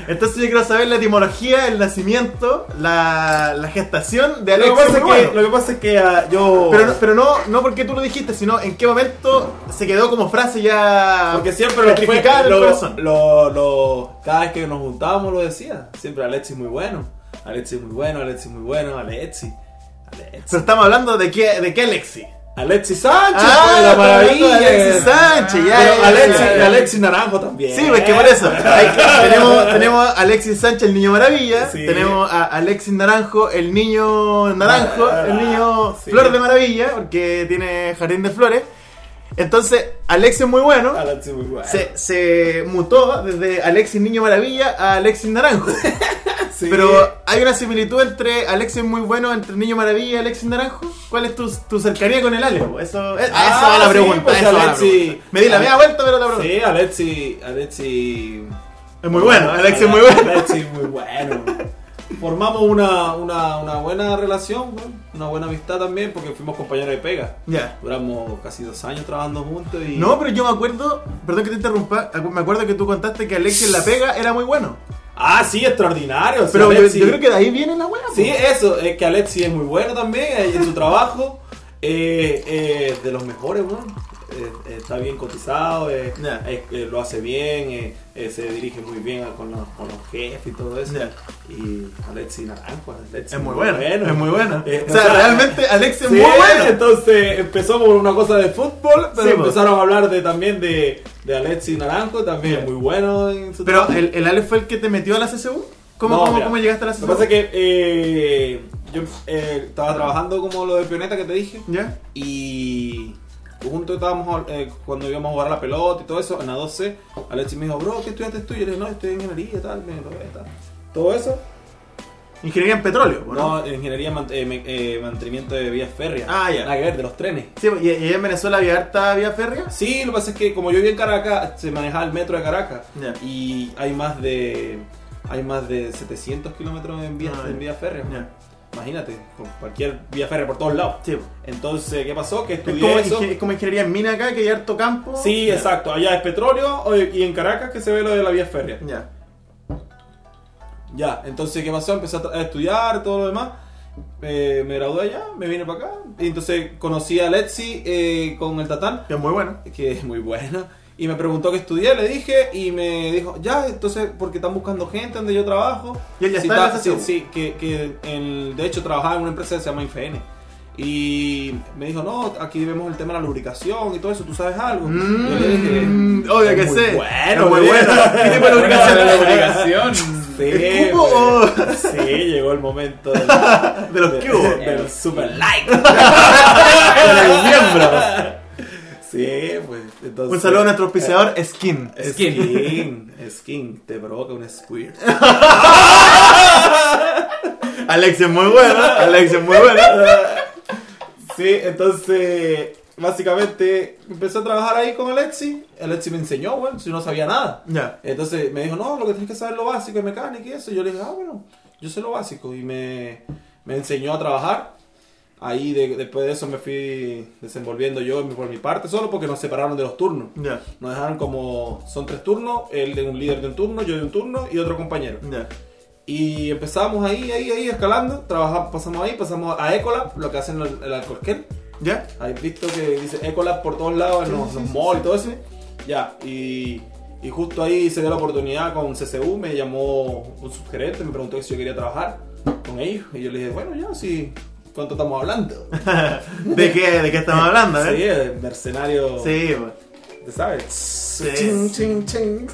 A: Entonces yo quiero saber la etimología, el nacimiento, la, la gestación de
C: Lo que
A: Alexis.
C: pasa es
A: muy
C: que,
A: bueno.
C: lo que pasa es que ah, yo.
A: Pero, no, pero no, no porque tú lo dijiste, sino en qué momento se quedó como frase ya.
C: Porque siempre lo fue,
A: petrificada en el
C: lo-
A: corazón.
C: lo- lo- cada vez que nos juntábamos lo decía. Siempre Alexis muy bueno. Alexis muy bueno, Alexis muy bueno, Alexis.
A: Pero
C: Alexis.
A: estamos hablando de qué, de qué Alexis.
C: Alexis Sánchez,
A: Ah,
C: pues, la
A: estamos hablando de
C: maravilla.
A: Alexis Sánchez, ya.
C: Pero
A: ya,
C: Alexis,
A: ya, ya.
C: Alexis Naranjo también.
A: Sí, pues que por eso. Hay- tenemos, tenemos a Alexis Sánchez, el niño maravilla.
C: Sí.
A: Tenemos a Alexis Naranjo, el niño naranjo,
C: Ah,
A: el niño
C: sí.
A: flor de maravilla, porque tiene jardín de flores. Entonces, Alexis es muy bueno.
C: Alexis muy bueno.
A: Se, se mutó desde Alexis Niño Maravilla a Alexis Naranjo.
C: Sí.
A: Pero hay una similitud entre Alexis muy bueno, entre Niño Maravilla y Alexis Naranjo. ¿Cuál es tu, tu cercanía con el Ale? po? Eso, es,
C: Ah,
A: eso va la
C: sí,
A: pregunta.
C: pues,
A: eso va la
C: Alexis.
A: pregunta. Me di la media vuelta, pero la pregunta.
C: Sí, Alexis. Alexis.
A: Es muy bueno, Alexis es muy bueno.
C: Alexis muy bueno. Formamos una, una, una buena relación, güey, una buena amistad también, porque fuimos compañeros de pega.
A: Ya.
C: Duramos casi dos años trabajando juntos y.
A: No, pero yo me acuerdo, perdón que te interrumpa, acu- me acuerdo que tú contaste que Alexis en la pega era muy bueno.
C: Ah, sí, extraordinario. o sea,
A: Pero yo,
C: Alexis-
A: yo creo que de ahí viene la buena.
C: Sí, eso, es que Alexis es muy bueno también eh, en su trabajo. eh, eh, de los mejores, weón. Eh, eh, está bien cotizado, eh,
A: Ya.
C: eh, eh, lo hace bien, eh, eh, se dirige muy bien a- con, los, con los jefes y todo eso.
A: Ya.
C: Y Alexis Naranjo, Alexis
A: Es muy bueno, es muy bueno.
C: Eh,
A: o sea, realmente Alexis es
C: Sí,
A: muy bueno.
C: Entonces empezó por una cosa de fútbol,
A: Sí,
C: pero
A: pues.
C: empezaron a hablar de, también de, de Alexis Naranjo, también es muy bueno en su
A: Pero
C: trabajo.
A: el, el Ale fue el que te metió a la CSU. ¿Cómo,
C: No,
A: cómo-
C: mira,
A: cómo llegaste a la
C: Lo
A: CSU?
C: que pasa es que eh, yo eh, estaba trabajando como lo de pioneta que te dije
A: ¿Ya?
C: y juntos estábamos eh, cuando íbamos a jugar a la pelota y todo eso, en la 12, Alexis me dijo, bro, ¿qué estudiaste tú? Y yo le dije, no, estoy en ingeniería, tal, me dijo, tal. Todo eso.
A: Ingeniería en petróleo, ¿o ¿no?
C: No, ingeniería man- eh, me- eh, mantenimiento de vías férreas.
A: Ah, ya.
C: Nada que ver, de los trenes.
A: Sí, y, y en Venezuela había harta vía férrea.
C: Sí, lo que pasa es que como yo vivía en Caracas, se manejaba el metro de Caracas
A: Ya.
C: y hay más de hay más de 700 kilómetros en vías
A: Ah,
C: en vía férrea.
A: Ya.
C: Imagínate, por cualquier vía férrea por todos lados.
A: Sí, po.
C: Entonces, ¿qué pasó? Que
A: es
C: estudié
A: como,
C: eso.
A: inge- es como ingeniería en mina acá, que hay harto campo.
C: Sí,
A: Ya.
C: exacto. Allá es petróleo o- y en Caracas que se ve lo de la vía férrea.
A: Ya.
C: Ya, entonces, ¿qué pasó? Empecé a, tra- a estudiar, todo lo demás. Eh, me gradué allá, me vine para acá. Y entonces conocí a Letzi eh, con el Tatán.
A: Que es muy bueno.
C: que es muy buena, y me preguntó qué estudié, le dije, y me dijo, ya, entonces, porque están buscando gente donde yo trabajo.
A: Y él ya
C: Sí,
A: está en la
C: ta-
A: SSU.
C: Sí, sí, que, que en- de hecho trabajaba en una empresa que se llama IFN. Y me dijo, no, aquí vemos el tema de la lubricación y todo eso, ¿tú sabes algo?
A: Mm,
C: Yo le dije,
A: obvio
C: es
A: que
C: muy
A: sé.
C: Bueno,
A: Es muy
C: bien.
A: bueno. ¿Qué tipo de lubricación?
B: la obligación.
C: Sí,
A: ¿El cubo
C: güey.
A: o-
C: Sí, llegó el momento del, de
A: De los cubos.
C: del super like.
A: Con el miembro.
C: Sí, pues. Entonces,
A: Un saludo a nuestro auspiciador
C: Eh.
A: Skin.
C: Skin. Skin. Te provoca un squirt.
A: Alex es muy bueno. Alex es muy bueno.
C: Sí, entonces. Básicamente empecé a trabajar ahí con Alexi. Alexi me enseñó, bueno, si no sabía nada.
A: Ya.
C: Entonces me dijo, no, lo que tienes que saber es lo básico de mecánica y eso. Y yo le dije, ah, bueno, yo sé lo básico. Y me, me enseñó a trabajar. Ahí de- después de eso me fui desenvolviendo yo por mi parte, solo porque nos separaron de los turnos.
A: Ya.
C: Nos dejaron como, son tres turnos, él de un líder de un turno, yo de un turno y otro compañero.
A: Ya.
C: Y empezamos ahí, ahí, ahí, escalando, trabajamos, pasamos ahí, pasamos a Ecolab, lo que hacen el, el alcorquén.
A: Ya.
C: Habéis visto que dice Ecolab por todos lados, en los, los malls y todo eso. Ya, y, y justo ahí se dio la oportunidad con CCU, me llamó un subgerente, me preguntó si yo quería trabajar con ellos. Y yo le dije, bueno, ya, sí, ¿cuánto estamos hablando?
A: ¿De qué, de qué estamos hablando,
C: Sí,
A: eh?
C: eh, mercenario,
A: Sí, pues.
C: ¿te ¿sabes?
A: Sí.
C: Ching, ching, ching.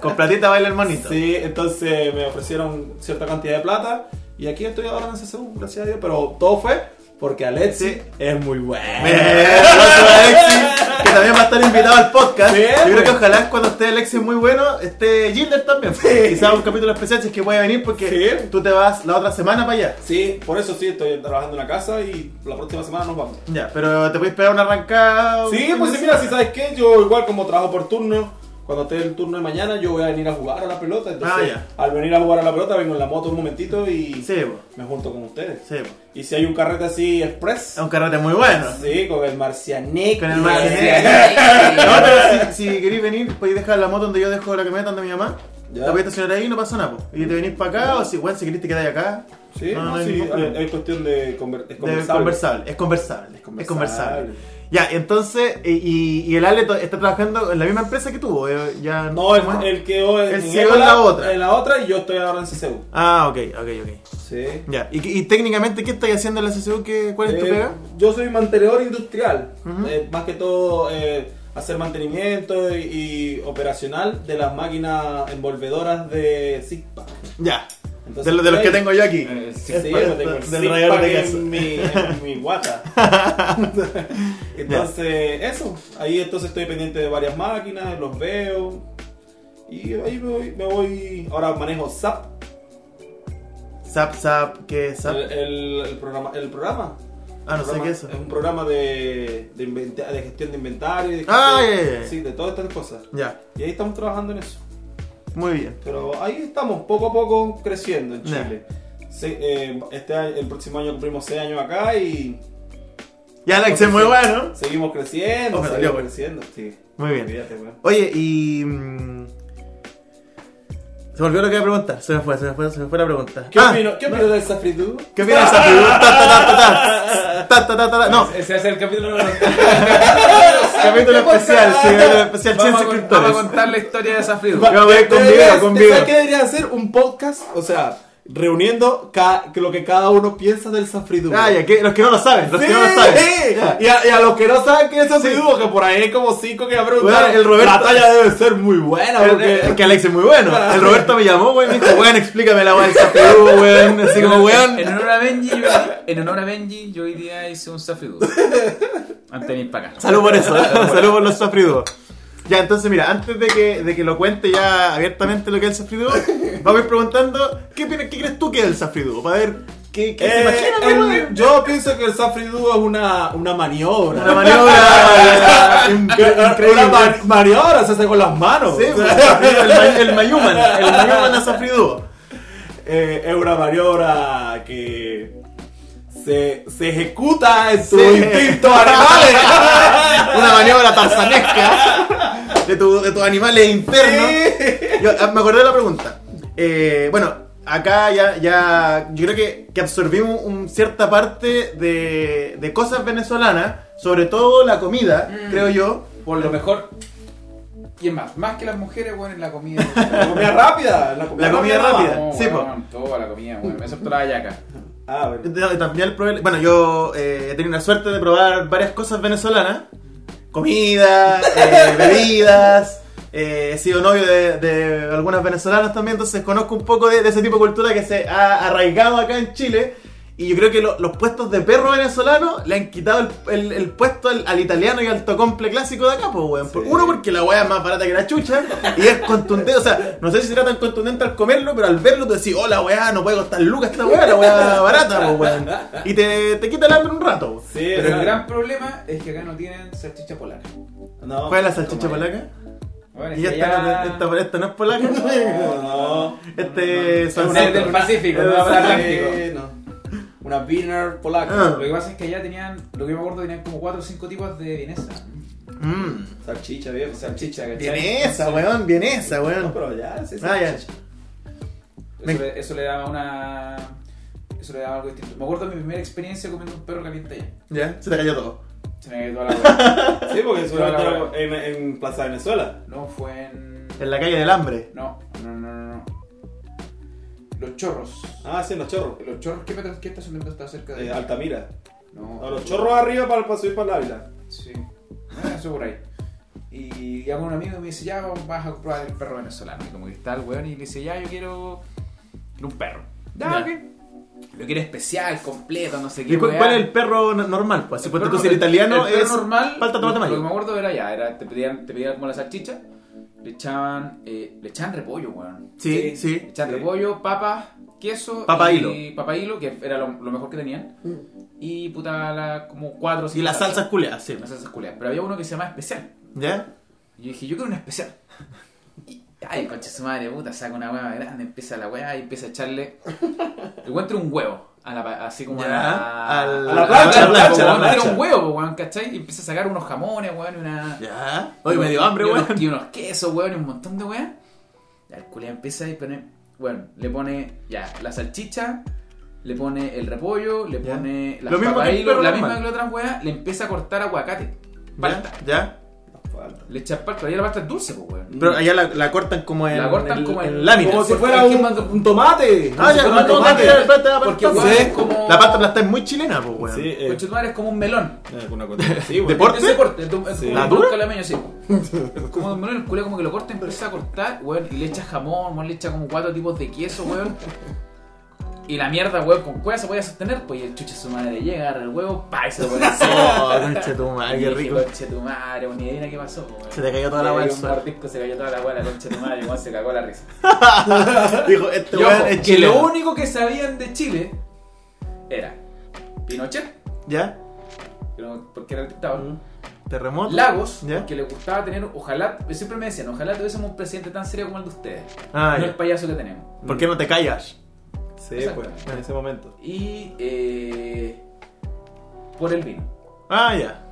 A: Con platita baila el monito.
C: Sí, entonces me ofrecieron cierta cantidad de plata y aquí estoy ahora en CSU, gracias a Dios, pero todo fue Porque Alexi
A: Sí.
C: es muy bueno.
A: Bien, aplauso para
C: Eh.
A: Alexis, que también va a estar invitado al podcast.
C: Bien,
A: Yo creo que
C: güey.
A: ojalá cuando esté Alexis muy bueno, esté Gilder también. Quizás un capítulo especial si es que voy a venir porque
C: Sí.
A: tú te vas la otra semana para allá.
C: Sí, por eso sí, estoy trabajando en la casa y la próxima semana nos vamos.
A: Ya, pero te voy a esperar una arrancada.
C: Sí,
A: un-
C: pues sí, mira, si sabes qué, yo igual como trabajo por turno, cuando esté el turno de mañana yo voy a venir a jugar a la pelota. Entonces,
A: Ah,
C: al venir a jugar a la pelota vengo en la moto un momentito y
A: Sí, po,
C: me junto con ustedes.
A: sí. po.
C: Y si hay un carrete así express,
A: Es un carrete muy bueno.
C: sí, con el marcianic.
A: Con el
C: y
A: Marcianic.
B: Eh,
A: No, pero si, si queréis venir, podéis dejar la moto donde yo dejo la camioneta donde mi mamá.
C: Ya.
A: La podéis estacionar ahí y no pasa nada. po. Y te venís para acá, o si, bueno, si queréis te quedáis acá.
C: Sí,
A: No,
C: no,
A: no hay
C: sí,
A: ningún problema.
C: es cuestión de, conver- es
A: De-
C: conversable.
A: Es conversable. Es conversable.
C: conversable.
A: Es conversable. Ya, entonces, eh, y, y el Ale to- está trabajando en la misma empresa que tuvo. eh, ya,
C: No, el,
A: ¿cómo es?
C: el que hoy
A: El ciego en la otra.
C: En la otra y yo estoy ahora en CCU.
A: Ah, ok, ok, ok.
C: Sí.
A: Ya, y, qué- y técnicamente, ¿qué estáis haciendo en la CCU? ¿Qué, ¿Cuál es tu
C: Eh,
A: pega?
C: Yo soy mantenedor industrial.
A: Ujú.
C: Eh, más que todo eh, hacer mantenimiento y, y operacional de las máquinas envolvedoras de Zigpack.
A: Ya,
C: Entonces,
A: de, lo- de los que
C: ahí-
A: tengo yo aquí.
B: Eh, sí.
C: Sí,
A: Es
C: yo tengo
A: del
C: el
A: rayador
C: Zigpack
A: de casa.
C: en mi, en mi guata. entonces, eso. Ahí entonces estoy pendiente de varias máquinas, los veo. Y ahí me voy. Me voy ahora manejo SAP.
A: Zap, zap, ¿qué es zap?
C: El, el- el programa. El programa.
A: Ah, no sé
C: Programa-
A: qué es eso.
C: Es un programa de, de, inventa- de gestión de inventario. de-
A: Ah,
C: de-
A: ya, ya, ya.
C: Sí, de todas estas cosas.
A: Ya,
C: Y ahí estamos trabajando en eso.
A: muy bien.
C: Pero ahí estamos, poco a poco creciendo en
A: Ya.
C: Chile. Sí, eh, este año- el próximo año cumplimos 6 años acá y
A: Ya, Alex, es muy bueno.
C: seguimos creciendo.
A: Oh, me dolió,
C: seguimos
A: güey.
C: creciendo, sí.
A: Muy bien.
C: Olvídate, güey.
A: Oye, y. mm, se volvió lo que iba a preguntar. Se me fue, se me fue, se me fue la pregunta.
C: ¿Qué
A: Ah,
C: opino, ¿qué opino del Safridú?
A: ¿Qué opinas de esa figura? Ta, ta, ta, ta, ta. Ta, ta, ta, ta, ta. No,
B: Ese es el capítulo de los
A: capítulo especial, sí, capítulo especial, 100
B: vamos, a con- vamos a
A: suscriptores.
B: contar la historia de Safrido.
A: Yo voy con video,
C: Deberías-
A: con
C: Ah, ¿Sabes
A: video.
C: qué debería hacer? Un podcast, o sea, reuniendo ca- lo que cada uno piensa del Safridú.
A: Ah, ya, que- los que no lo saben, los
C: Sí,
A: que no lo saben.
C: Y a, y a los que no saben qué es
A: Sí.
C: Safridú, que por ahí hay como cinco que ya preguntaron,
A: Bueno, el Roberto-
C: la talla debe ser muy buena.
A: El-
C: porque-
A: el- que Alex es muy bueno. El Roberto me llamó, weón, me dijo, weón, explícame la weá del CPU, weón. Así como, weón.
B: En honor a Benji, yo, en honor a Benji, yo hoy día hice un Safrido. Antes de ir para acá.
A: Salud por eso, salud por los safridos. Ya, entonces mira, antes de que, de que lo cuente ya abiertamente lo que es el safrido, vamos a ir preguntando, ¿qué, opinas- qué crees tú que es el safrido? Para ver, ¿qué, qué se
C: Eh,
A: imagina?
C: el-
A: weón?
C: yo pienso que el Safridu es una, una maniobra.
A: Una maniobra
C: Que-
A: incre-
C: Una ma-
A: increíble.
C: maniobra se hace con las manos.
A: Sí,
C: O
A: pues,
C: sea,
A: el, ma- el Mayuman, el Mayuman a Safriduo.
C: eh, es una maniobra que se, se ejecuta en sus
A: Sí.
C: instintos animales.
A: Una maniobra tarzanesca de, tu- de tus animales internos. Yo, ah, me acordé de la pregunta. Eh, bueno, acá ya, ya yo creo que, que absorbimos un cierta parte de, de cosas venezolanas, sobre todo la comida, creo yo.
B: Por lo mejor. ¿Quién más? Más que las mujeres, bueno, en la comida.
C: La comida rápida. La comida,
A: La comida
C: vamos.
A: rápida.
B: No,
A: Sí,
B: weón, toda la comida, bueno, excepto la hallaca.
C: Ah, bueno.
A: Eh, También probé- bueno, yo eh, he tenido la suerte de probar varias cosas venezolanas. Comida, eh, bebidas. eh, he sido novio de, de algunas venezolanas también, entonces conozco un poco de, de ese tipo de cultura que se ha arraigado acá en Chile. Y yo creo que lo- los puestos de perro venezolano le han quitado el, el- el puesto al, al italiano y al tocomple clásico de acá, pues, weón. Por-
C: Sí.
A: Uno, porque la weá es más barata que la chucha y es contundente. O sea, no sé si será tan contundente al comerlo, pero al verlo tú decís, oh, la weá no puede costar lucas esta weá, la weá barata, pues, weón. Y te, te quita el hambre un rato, weón.
C: Sí,
B: Pero el
C: exacto.
B: gran problema es que acá no tienen salchicha polaca.
C: No.
A: ¿Cuál es la salchicha
B: Toma,
A: polaca?
B: Bueno, es
A: Y ya
B: que
A: está,
B: ya-
A: esta, esta no es polaca.
C: No, no.
A: Este
B: Es
A: son-
B: una del Pacífico, no
A: Eh,
B: del Atlántico.
C: Sí, no. Una Wiener
A: Ah.
C: polaca.
B: Lo que pasa es que allá tenían, lo que yo me acuerdo, tenían como 4 o 5 tipos de vienesa.
A: Mm.
C: Salchicha, viejo.
B: Salchicha, ¿cachai?
A: Vienesa, weón, vienesa,
C: No,
A: weón.
C: pero ya, sí, sí.
A: Ah, ya. Me-
B: Eso, le, eso le daba una. Eso le daba algo distinto. Me acuerdo de mi primera experiencia comiendo un perro caliente allá.
A: Ya, se te cayó todo.
B: Se me quedó la boca.
C: Sí, porque seguramente
B: Claro,
C: era en, en Plaza Venezuela.
B: No, fue en.
A: En la calle del hambre.
B: No, no, no, no. no. Los chorros.
C: Ah, sí, en los chorros.
B: Los chorros, ¿qué, peta- qué estación está cerca de
C: Eh, Altamira.
B: No,
C: No, los chorros arriba para, para subir para la Ávila.
B: Sí, Ah, eso por ahí. Y llamo a un amigo y me dice, ya vas a probar el perro venezolano. Y como que está el weón y le dice, ya yo quiero un perro. Ya,
A: Ya.
B: ok. lo quiere especial, completo, no sé
A: ¿Y
B: qué.
A: cuál,
B: weá.
A: cuál es el perro no- normal? Pues si
B: Pero
A: ponte tú
B: no,
A: si el
B: el-
A: italiano
B: el perro
A: es
B: normal,
A: falta tomate
B: lo, lo que me
A: mayo.
B: acuerdo era ya, era, te, pedían, te pedían como la salchicha, le echaban, eh, le echaban repollo, weón.
A: Sí, sí.
B: Le echaban
C: Sí.
B: repollo, papas, queso
A: Papa
B: y
A: hilo.
B: papa hilo, que era lo, lo mejor que tenían. Y puta, la- como cuatro o
A: Y
B: cinco
A: las
B: salsas.
A: salsas culiadas, sí. pues.
B: Las salsas culiadas. Pero había uno que se llamaba especial.
A: ¿Ya?
B: Y yo dije, yo quiero una especial. Y, ay, concha su madre, puta, saca una hueá grande, empieza la hueá y empieza a echarle. Encuentra un huevo, a la, pa- así como a
A: Ya,
B: la,
A: al-
C: a la
B: como,
C: plancha, a la plancha, a la
B: weón,
A: plancha.
B: Era un huevo, po, weón, ¿cachai? Y empieza a sacar unos jamones, weón, y una.
A: Ya.
B: y
A: Hoy me
B: unos-
A: dio hambre,
B: y
A: weón.
B: unos- Y unos quesos, weón, y un montón de weón. El culia empieza y pone. Bueno, le pone ya la salchicha, le pone el repollo, le
A: Ya.
B: pone las
A: Lo mismo que el
B: papas hilo,
A: perro
B: la
A: normal.
B: misma que la otra weá, le empieza a cortar aguacate. Palta.
A: ¿Ya? ¿Ya?
C: Falta.
B: Le echa palta, pero ya la palta es dulce, pues, weón.
A: Pero allá la, la cortan como en,
B: La cortan
A: en-
B: como en-
A: en láminas.
C: Como si
B: Porque
C: fuera
B: hay que
C: un,
B: mandar-
C: un tomate.
A: Ah, ya,
C: Como si
A: no,
C: fuera un
A: no,
C: tomate.
A: no, no, espérate, la
B: Porque,
A: pasta-
B: weón,
A: sí.
B: es como-
A: ¿eh? La pasta plasta es muy chilena, pues, weón.
C: Sí, eh,
B: Conchetumare es como un melón.
C: eh, una cosa así, güey.
A: Deporte.
B: Ese corte, es como- es
C: Sí.
B: como
A: ¿La
B: un
A: dura?
B: melón calameño, sí. Es como un melón, el culo como que lo corta, empieza a cortar, weón, y le echa jamón, weón, le echa como cuatro tipos de queso, weón. Y la mierda, weón, con cueva se podía sostener, pues y el chuche su madre llega, agarra el huevo, pa, y se lo pone encima.
A: Oh, concha tu madre, qué
B: Y dije,
A: rico.
B: Conche tu madre, weón, ni idea qué pasó, weón.
A: Se te cayó toda la
B: Se
A: weá
B: le cayó
A: al
B: un
A: suelo.
B: mordisco, se cayó toda la weá, la concha tu madre, weón, se cagó la risa.
A: Dijo, este
B: Y ojo,
A: weón es
B: que lo
A: chileno.
B: único que sabían de Chile era Pinochet,
A: ¿Ya?
B: pero- porque era el dictador.
A: Terremoto.
B: Lagos,
A: ¿Ya?
B: que le gustaba tener, ojalá, siempre me decían, ojalá tuviésemos un presidente tan serio como el de ustedes,
A: Ah,
B: no
A: ya.
B: el payaso que tenemos.
A: ¿Por qué no te callas?
C: Sí,
B: Exacto.
C: pues, en ese momento.
B: Y eh, por el vino.
A: Ah, ya.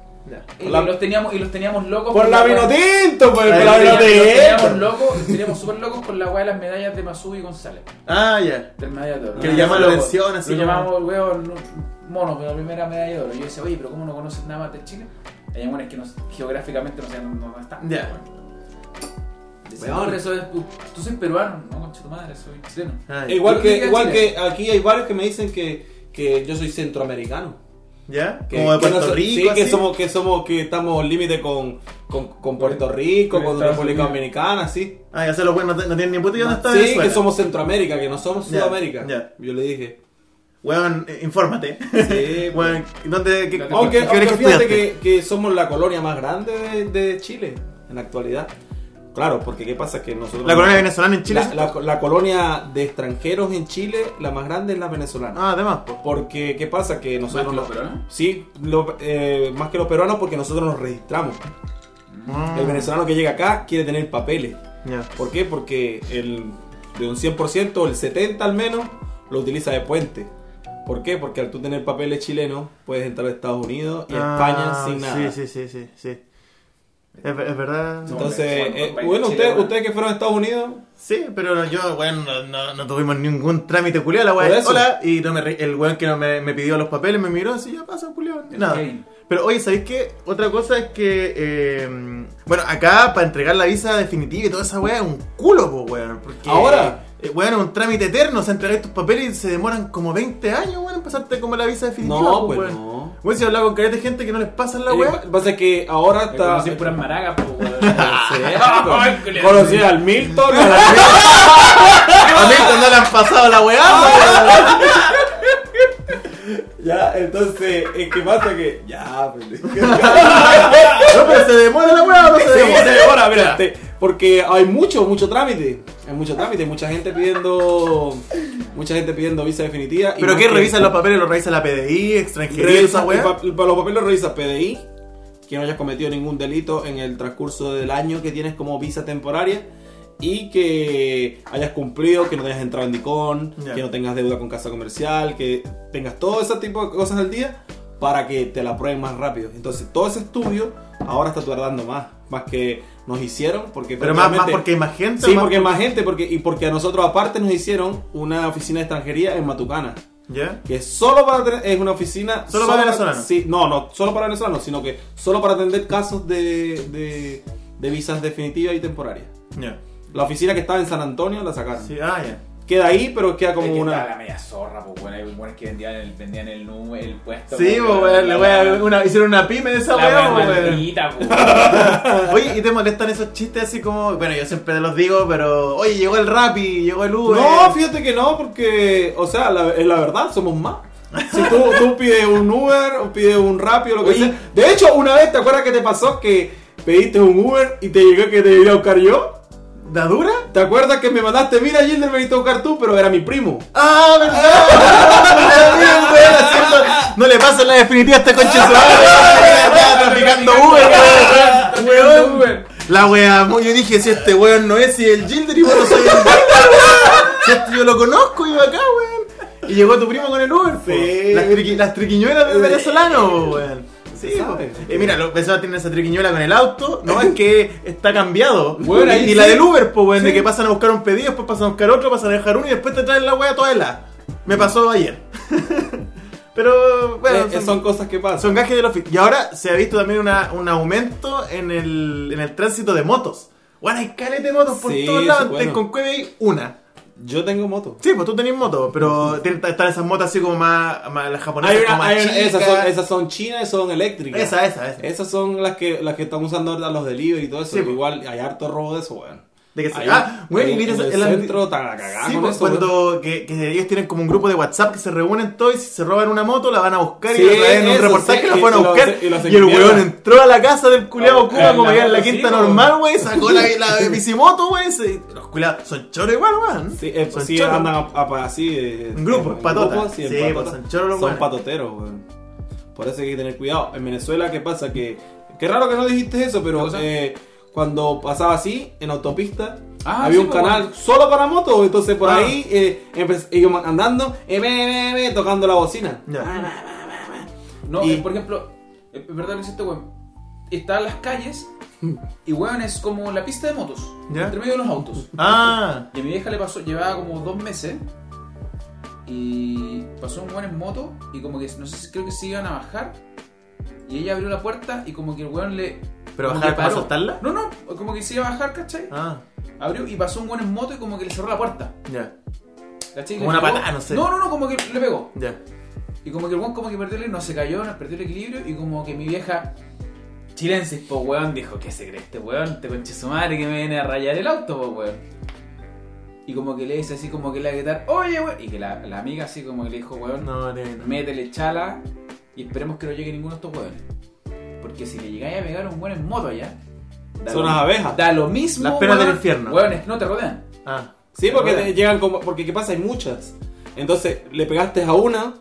B: Y,
C: La-
B: los teníamos, y los teníamos locos
C: Por la
B: hueá-
C: vinotinto, pues,
A: Ahí
C: por
B: los
A: tenía-
C: la
B: teníamos- los teníamos
C: vinotinto.
B: locos, los teníamos súper locos con la weá de las medallas de Masú y González.
A: Ah, ya.
B: Del medalla de oro.
A: Que
C: le
B: Los
C: llama la
B: locos.
A: atención, así
B: Lo
A: como-
B: llamamos, weón, mono, pero la primera medalla de oro. Y yo decía, oye, pero ¿cómo no conocen nada más de Chile? Hay buenos que no- geográficamente no saben dónde están.
A: Ya.
B: Dice,
C: Weón.
B: no, eso es, tú, tú sois peruano, no, concha tu madre, soy chileno.
A: Ah, ya.
C: Igual,
B: Yo
C: que,
B: diría
C: igual
B: Chile.
C: que aquí hay varios que me dicen que, que yo soy centroamericano.
A: ¿Ya?
C: Que-
A: Como de
C: que no
A: Puerto
C: so-
A: Rico.
C: Sí, que
A: así.
C: somos, que somos, que estamos al límite con, con, con Puerto Rico,
B: Con
C: con
B: Estados
C: República
B: Unidos.
C: Dominicana, sí.
A: Ah, ya se los güeyes no, te- no tienen ni puta idea dónde está
C: sí,
A: Venezuela.
C: que somos Centroamérica, que no somos
A: Ya,
C: Sudamérica.
A: ya.
C: Yo le dije.
A: Weón, eh, infórmate.
C: Sí, pues.
A: Weón, ¿dónde? Qué, qué-
C: Aunque,
A: qué
C: aunque
A: colegio
C: fíjate
A: estudiaste?
C: que, que somos la colonia más grande de, de Chile en la actualidad. Claro, porque ¿qué pasa? Que nosotros.
A: La colonia venezolana en Chile.
C: La, la- la colonia de extranjeros en Chile, la más grande es la venezolana.
A: Ah, además, pues.
C: Porque, ¿qué pasa? Que nosotros.
B: que los
C: no-
B: peruanos?
C: Sí, lo- eh, más que los peruanos, porque nosotros nos registramos.
A: Ah,
C: El venezolano que llega acá quiere tener papeles.
A: Ya.
C: ¿Por qué? Porque el, de un 100%, el 70% al menos lo utiliza de puente. ¿Por qué? Porque al tú tener papeles chilenos, puedes entrar a Estados Unidos y a
A: Ah,
C: España sin nada.
A: Sí, sí, sí, sí. sí. Es, ver- es verdad.
C: Entonces,
B: Son- son
C: eh,
B: países
C: bueno, ustedes
B: chilenos.
C: ustedes que fueron a Estados Unidos,
A: Sí, pero yo, weón, no, no, no tuvimos ningún trámite culiado. La weá
C: Por
A: es,
C: eso.
A: hola. Y no me re- el weón que no me, me pidió los papeles me miró así, ya pasa, culiado.
B: El
A: Nada.
B: Kevin.
A: Pero oye, ¿sabéis qué? Otra cosa es que. eh, bueno, acá para entregar la visa definitiva y toda esa weá es un culo, po, weón. Porque,
C: Ahora.
A: eh, weón, es un trámite eterno. O sea, entregar tus papeles y se demoran como 20 años, weón, en pasarte como la visa definitiva.
C: No,
A: po,
C: pues,
A: weón.
C: no.
A: Weón, si hablaba con careta de gente que no les pasan la
C: eh,
A: weá.
C: pa- pasa que ahora
B: Me
C: está.
B: Eh, conocí puras maracas, pues,
C: Sí,
B: Ay,
C: con-
B: culiao.
C: conocí al Milton, a la-
A: A mí no le han pasado la weá.
C: Ya, entonces, eh, ¿qué pasa? Que. Ya, pues, pendejo.
A: weón. No, pero se demora la weá, no se
C: Sí,
A: demora.
C: sí, ahora, mira, te- Este, porque hay mucho, mucho trámite. Hay mucho trámite, mucha gente pidiendo. Mucha gente pidiendo visa definitiva. y
A: ¿Pero
C: más
A: qué
C: que-
A: revisan los papeles? ¿Los revisa la PDI, extranjería,
C: Revisa
A: esa
C: el
A: weá?
C: pa- el- Para los papeles revisa PDI, que no hayas cometido ningún delito en el transcurso del año que tienes como visa temporaria. Y que hayas cumplido, que no te hayas entrado en DICON,
A: Ya.
C: que no tengas deuda con casa comercial, que tengas todo ese tipo de cosas al día para que te la aprueben más rápido. Entonces, todo ese estudio ahora está tardando más, más que nos hicieron, porque
A: Pero más, más
C: prácticamente-
A: porque hay más gente.
C: Sí,
A: más-
C: porque más gente, porque, y porque a nosotros aparte nos hicieron una oficina de extranjería en Matucana
A: ¿Ya?
C: que solo para atender- es una oficina
A: Solo para venezolanos.
C: sí, no no solo para venezolanos sino que solo para atender casos de, de, de visas definitivas y temporarias
A: Ya.
C: la oficina que estaba en San Antonio la sacaron
A: Sí, ah, ya.
C: queda ahí, pero queda como
B: Es que estaba
C: una.
B: la media zorra, pues bueno, hay buenos que vendían el, vendían el, nu- el puesto.
A: Sí,
B: po,
A: pues, weón, la wea,
B: la-
A: una- hicieron una pyme de esa
B: La
A: wea,
B: wea
A: po, weón.
B: maldita, po, weón.
A: Oye, ¿y te molestan esos chistes así como, bueno, yo siempre te los digo, pero, oye, llegó el Rappi, llegó el Uber?
C: No, fíjate que no, porque, o sea, la, es la verdad, somos más. Si tú, tú pides un Uber o pides un Rappi o lo que
B: Oye.
C: sea. De hecho, una vez, ¿te acuerdas que te pasó que pediste un Uber y te llegó que te iba a buscar yo?
A: ¿Da dura?
C: ¿Te acuerdas que me mandaste, mira, Gilder, me viniste a buscar tú, pero era mi primo?
A: ¡Ah, verdad! Bien, weón, haciendo- No le pasen la definitiva a este conche su madre, weón, estaba traficando Uber, weón, weón.
B: Uber.
A: La wea, mo- yo dije, si este weón no es, si el Gilder y vos no soy el Gilder, weón. Si este yo lo conozco, iba acá, weón. Y llegó tu primo con el Uber, po.
C: Sí.
A: Las, triqui- las triquiñuelas del
C: Sí.
A: venezolano, po, weón. Sí,
C: Se
A: po.
C: sabe.
A: Eh, mira, los venezolanos tienen esa triquiñuela con el auto, no es que está cambiado.
C: Weón, ahí
A: y la
C: sí.
A: del Uber, po, weón, de
C: Sí.
A: que pasan a buscar un pedido, después pasan a buscar otro, pasan a dejar uno y después te traen la wea toda helada. Me pasó ayer. Pero, bueno,
C: Eh, son cosas que pasan.
A: son gajes de la oficina. Y ahora se ha visto también una- un aumento en el, en el tránsito de motos. Bueno, hay caleta de motos por
C: Sí,
A: todos
C: eso
A: lados.
C: es
A: Antes
C: bueno.
A: con Cueve hay una.
C: Yo tengo moto.
A: Sí, pues tú tenés moto, pero ten- están esas motos así como más, más las japonesas.
C: Hay
A: como
C: una-
A: más
C: hay una- esas, son,
A: chicas.
C: esas son chinas y son Eh, eléctricas.
A: Esa, esa, esa.
C: Esas son las que, las que están usando ahora los delivery y todo eso.
A: Sí, po.
C: igual hay harto robo de eso, weón.
A: De que se-
C: Hay-
A: ah, güey,
C: en-
A: y viste
C: en
A: el
C: el
A: andi-
C: centro están a cagar
A: Sí,
C: con
A: pues,
C: eso. weón.
A: cuando que, que ellos tienen como un grupo de WhatsApp que se reúnen todos y si se roban una moto la van a buscar y
C: Sí,
A: la traen un
C: eso,
A: reportaje
C: sí,
A: la
C: y
A: fueron a
C: lo
A: buscar
C: hace- y lo hacen
A: y el
C: mierda.
A: weón entró a la casa del
B: A
A: culiado
B: buscar
A: Cuba como
B: la
A: ya en la
B: moto,
A: quinta
B: sí,
A: normal, güey, sacó la, la bicimoto, güey, se- los culiados son choros igual, güey.
C: Sí, eh,
A: son
C: sí,
A: choros.
C: andan a- a- así. eh,
A: En grupo,
C: en
A: patota.
C: grupo, sí, en
A: Sí,
C: patota.
A: pues, son choros los
C: Son
A: weones.
C: patoteros, weón. Por eso hay que tener cuidado. En Venezuela, ¿qué pasa? Que. Qué raro que no dijiste eso,
B: ¿Qué
C: pero
B: cosa?
C: eh, cuando pasaba así, en autopista.
B: Ah,
C: había
B: sí,
C: un
B: pues,
C: canal
B: weón.
C: solo para motos, entonces por
A: Ah.
C: ahí eh, empe- ellos andando, eh, ve, ve, ve, tocando la bocina.
A: Ya.
C: Ah, va,
B: No,
C: Y-
B: eh, por ejemplo, eh, es verdad lo que hiciste, weón. Están las calles y, weón, es como la pista de motos.
A: ¿Ya?
B: Entre medio de los autos.
A: Ah,
B: Y a mi vieja le pasó, llevaba como dos meses. Y pasó un weón en moto y como que, no sé, si- creo que se iban a bajar. Y ella abrió la puerta y como que el weón le...
A: pero
B: como
A: bajar
B: que
A: para
B: paró.
A: soltarla?
B: No, no, como que se iba a bajar, ¿cachai?
A: Ah,
B: Abrió y pasó un weón en moto y como que le cerró la puerta.
A: ya,
B: ¿Cachai? Y
A: Como
B: le
A: una
B: pegó.
A: patada, no sé.
B: No, no, no, como que le pegó.
A: ya.
B: Y como que el weón como que perdió el no se cayó, no perdió el equilibrio y como que mi vieja chilensis, po weón, dijo, ¿qué se cree este weón? Te conche su madre que me viene a rayar el auto, po weón. Y como que le dice así como que le va a gritar, oye weón. Y que la, la amiga así como que le dijo, weón,
A: No, no, no.
B: métele chala y esperemos que no llegue ninguno de estos weones. Porque si le llegáis a pegar a un weón en moto allá, da
C: Son
B: lo-
C: las abejas.
B: Da lo mismo.
A: Las penas
B: weón.
A: del infierno.
B: Weones, no te rodean.
A: Ah,
C: Sí, porque
B: Ahora.
C: te llegan como. Porque qué pasa, hay muchas. Entonces, le pegaste a una.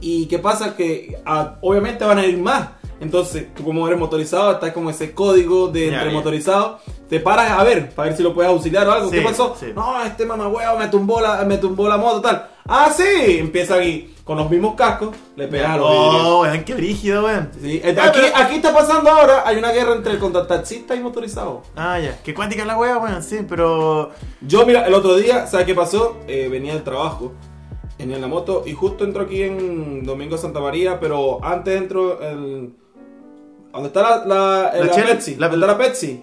C: Y qué pasa que ah, obviamente van a ir más. Entonces, tú como eres motorizado, está como ese código de
A: Ya,
C: entre
A: ya.
C: motorizado. Te paras a ver, para ver si lo puedes auxiliar o algo.
A: Sí,
C: ¿Qué pasó?
A: sí.
C: No, este mamahuevo me tumbó la, me tumbó la moto, tal. Ah, sí. Empieza aquí con los mismos cascos, le pegas a los vidrios.
A: oh, weón, qué brígido, weón.
C: Sí, ent-
A: Ah,
C: aquí,
A: pero-
C: aquí está pasando ahora, hay una guerra entre el contrataxista y motorizado.
A: Ah, ya, qué cuántica la wea, weón, sí, pero...
C: Yo, mira, el otro día, ¿sabes qué pasó? Eh, venía del trabajo, venía en la moto y justo entro aquí en Domingo Santa María, pero antes entro en. ¿Dónde está la, la,
A: La
C: la
A: Shell,
C: Pepsi?
A: la-
C: ¿Dónde está la Pepsi?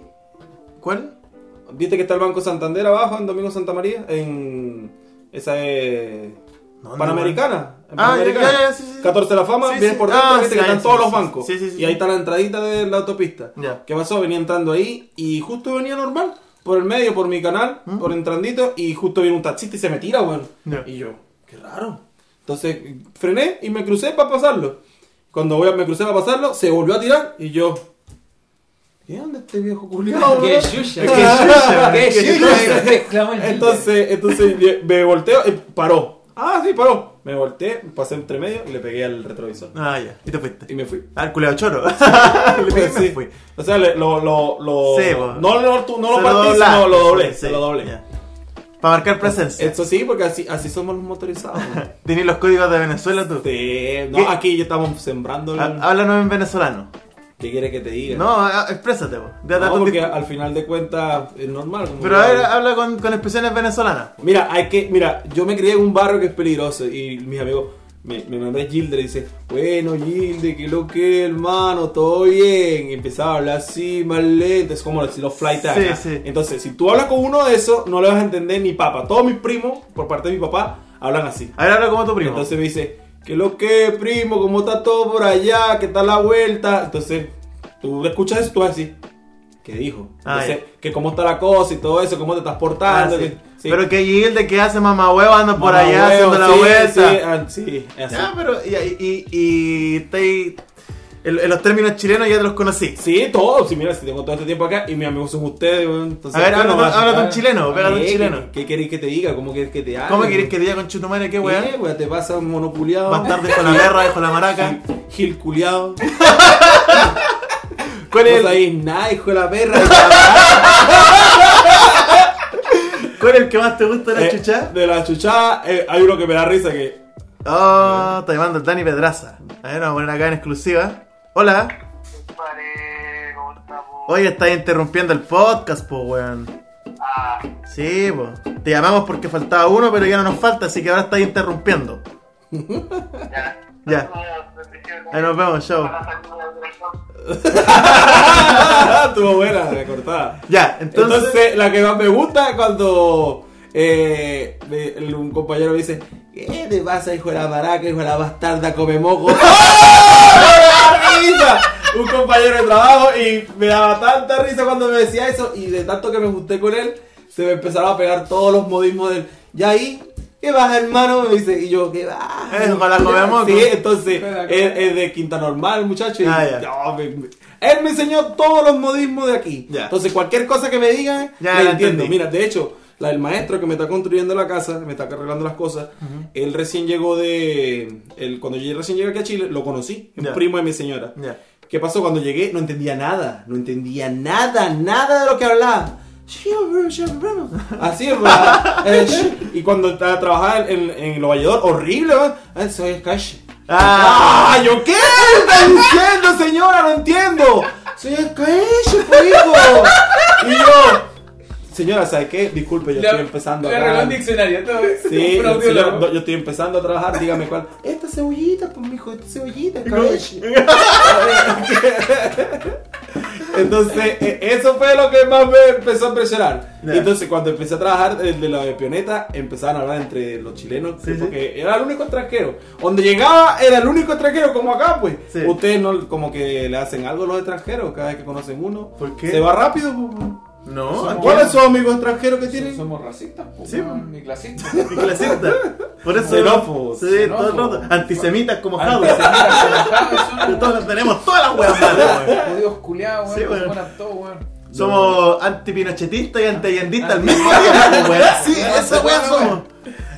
A: ¿Cuál?
C: ¿Viste que está el Banco Santander abajo en Domingo Santa María? En. Esa es.
A: ¿Dónde,
C: Panamericana.
A: Ah, ya,
C: en Panamericana.
A: ya, ya, sí, sí, sí.
C: 14 de la fama,
A: Sí,
C: vienes
A: sí.
C: por dentro,
A: Ah,
C: viste
A: sí,
C: que están
A: ahí,
C: todos
A: sí,
C: los
A: sí,
C: bancos.
A: sí, sí, sí,
C: y ahí
A: sí.
C: está la entradita de la autopista.
A: Ya.
C: ¿Qué pasó? Venía entrando ahí y justo venía normal, por el medio, por mi canal,
A: ¿Mm?
C: por entrandito, y justo viene un taxista y se me tira, weón.
A: Ya.
C: Y yo, qué raro. Entonces frené y me crucé para pasarlo. Cuando voy a, me crucé para pasarlo, se volvió a tirar y yo. ¿Qué onda este viejo culiado?
B: ¡Qué
C: weón?
B: chucha!
A: qué chucha,
B: ¡Qué
A: qué
B: chucha!
A: chucha.
B: Exclamó el Gilder.
C: Entonces, entonces ye- me volteo y paró. Ah, sí, paró. Me volteé, pasé entre medio y le pegué al retrovisor.
A: Ah, ya, y te fuiste.
C: Y me fui.
A: Ah, el culeado choro. Le pegué, me
C: Sí.
A: fui.
C: O sea, le- lo, lo, lo,
A: Sí, bo.
C: no, lo- tú- no lo
A: Se
C: partí,
A: doblaste.
C: sino lo doblé.
A: Sí,
C: se lo doblé.
A: ya. Para marcar presencia.
C: Eso sí, porque así, así somos los motorizados.
A: ¿Tenés los códigos de Venezuela tú?
C: Sí, no,
A: ¿Qué?
C: aquí ya estamos sembrando. el-
A: Há- Háblanos en venezolano.
C: ¿Qué quieres que te diga?
A: No, ah, exprésate, vos. De- de-
C: No, porque
A: de-
C: al final de cuentas es normal. como
A: Pero
C: que-
A: a ver, habla con, con expresiones venezolanas.
C: Mira, hay que, mira, yo me crié en un barrio que es peligroso y mis amigos, Me, me mandó Gilde y dice, bueno Gilde, que lo que hermano, todo bien. Y empezaba a hablar así, más lento, es como los, los flight
A: Sí,
C: acá.
A: sí.
C: Entonces, si tú hablas con uno de esos, no le vas a entender ni papa. Todos mis primos, por parte de mi papá, hablan así.
A: A ver, habla como tu primo.
C: Entonces me dice, ¿qué lo que, primo? ¿Cómo está todo por allá? ¿Qué tal la vuelta? Entonces, tú escuchas eso, tú vas así. ¿Qué dijo?
A: Ah,
C: Entonces, que cómo está la cosa y todo eso, cómo te estás
A: Ah,
C: portando.
A: sí.
C: que- sí.
A: Pero que Gilde que hace mamá anda Ah, por
C: Mamá
A: allá
C: huevo,
A: haciendo la
C: sí,
A: vuelta.
C: Sí, ah, sí, es así.
A: Ya, pero y, y, y, y te- en, en los términos chilenos ya te los conocí.
C: Sí, todo. Sí, mira, si tengo todo este tiempo acá y mis amigos son ustedes. bueno, entonces,
A: A ver,
C: ¿qué
A: habla
C: nos
A: con-
C: vas a
A: habla con
C: sacar?
A: chileno, pega con
C: ¿Qué?
A: chileno.
C: Ah, ¿Qué queréis que te diga? ¿Cómo querés que te haga?
A: ¿Cómo querés que diga con Chutumare qué
C: ¿Qué,
A: weá?
C: weá? ¿Te pasa un monopuliado?
A: Bastardo con la guerra, dejo la maraca.
C: Gil- Gil culiado.
A: ¿Cuál es,
C: No
A: el,
C: sabéis nada, hijo de la perra.
A: ¿Cuál es el que más te gusta de la
C: Eh,
A: chucha?
C: De la chuchada, eh, hay uno que me da risa que.
A: Oh, te mando el Dani Pedraza. A ver, nos vamos a poner acá en exclusiva. Hola.
D: Vale, ¿cómo estamos?
A: Hoy estás interrumpiendo el podcast, po, weón.
D: Ah,
A: Sí, po. Te llamamos porque faltaba uno, pero ya no nos falta, así que ahora estás interrumpiendo.
D: ya.
A: Ya.
D: Saludos, bendiciones.
A: Ahí nos vemos, chao.
D: Hola, saludos, director.
C: Estuvo buena, la cortada.
A: Ya, entonces.
C: Entonces, eh, la que más me gusta es cuando eh, me- el- un compañero me dice: ¿Qué te pasa, hijo de la maraca, hijo de la bastarda, come moco? ¡Ah! ¡Me da risa! Un compañero de trabajo y me daba tanta risa cuando me decía eso. Y de tanto que me junté con él, se me empezaron a pegar todos los modismos del. Y ahí, ¿qué vas, hermano? Me dice, y yo, ¿qué vas?
A: Eh, con la come moco.
C: Sí, entonces,
B: Con la come-
C: es, es de Quinta Normal, muchacho. y-
A: Ah, ya.
C: no, Oh, me- me- él me enseñó todos los modismos de aquí.
A: Ya.
C: Entonces, cualquier cosa que me digan,
A: Ya,
C: la
A: la
C: entiendo.
A: entendí.
C: Mira, de hecho, la, el maestro que me está construyendo la casa, me está arreglando las cosas, él recién llegó de. él- cuando yo recién llegué aquí a Chile, lo conocí, un
A: Ya.
C: primo de mi señora.
A: Ya.
C: ¿Qué pasó? Cuando llegué, no entendía nada. No entendía nada, nada de lo que hablaba. Así es, ¿verdad? Eh, Y cuando tra- trabajaba en, en Lo Valledor, horrible, ¿verdad? Eh, Soy el cash.
A: Ah.
C: ¡Ah! ¿Yo qué? ¿Qué está diciendo, señora? No entiendo. Soy el cash, po, hijo. Y yo, señora, ¿sabe qué? Disculpe, yo estoy empezando
B: Le
C: acá.
B: arregló un diccionario. todo,
C: Sí,
B: un audiólogo.
C: señora, no, yo estoy empezando a trabajar, dígame cuál. Esta cebollita, pues mijo, esta cebollita, cash. Entonces, e- eso fue lo que más me empezó a impresionar.
A: Ya.
C: Entonces, cuando empecé a trabajar el de la de pioneta, empezaban a hablar entre los chilenos,
A: Sí, sí.
C: porque era el único extranjero. Donde llegaba era el único extranjero, como acá, pues.
A: Sí.
C: Ustedes no, como que le hacen algo a los extranjeros cada vez que conocen uno.
A: ¿Por qué?
C: Se va rápido, pues.
A: No,
B: Somos-
A: ¿cuál
C: ¿Cuáles son amigos extranjeros que tienen?
B: Somos racistas, po,
A: Sí,
B: weón,
A: po.
B: y clasistas.
A: es mi clasista? Por eso.
C: Xenófobos,
A: Sí, todo el
B: xenófobos.
A: rato. Antisemitas como Jado.
B: Antisemitas, xenófobos, son-
A: Todos tenemos todas las weas malas, weón.
B: Judíos culiados,
A: Sí,
B: weón.
A: weón.
B: que ponen todo, weón.
A: Somos antipinochetistas y antiallenditas
C: Ah,
A: al mismo tiempo, weón. Sí, esa wea somos.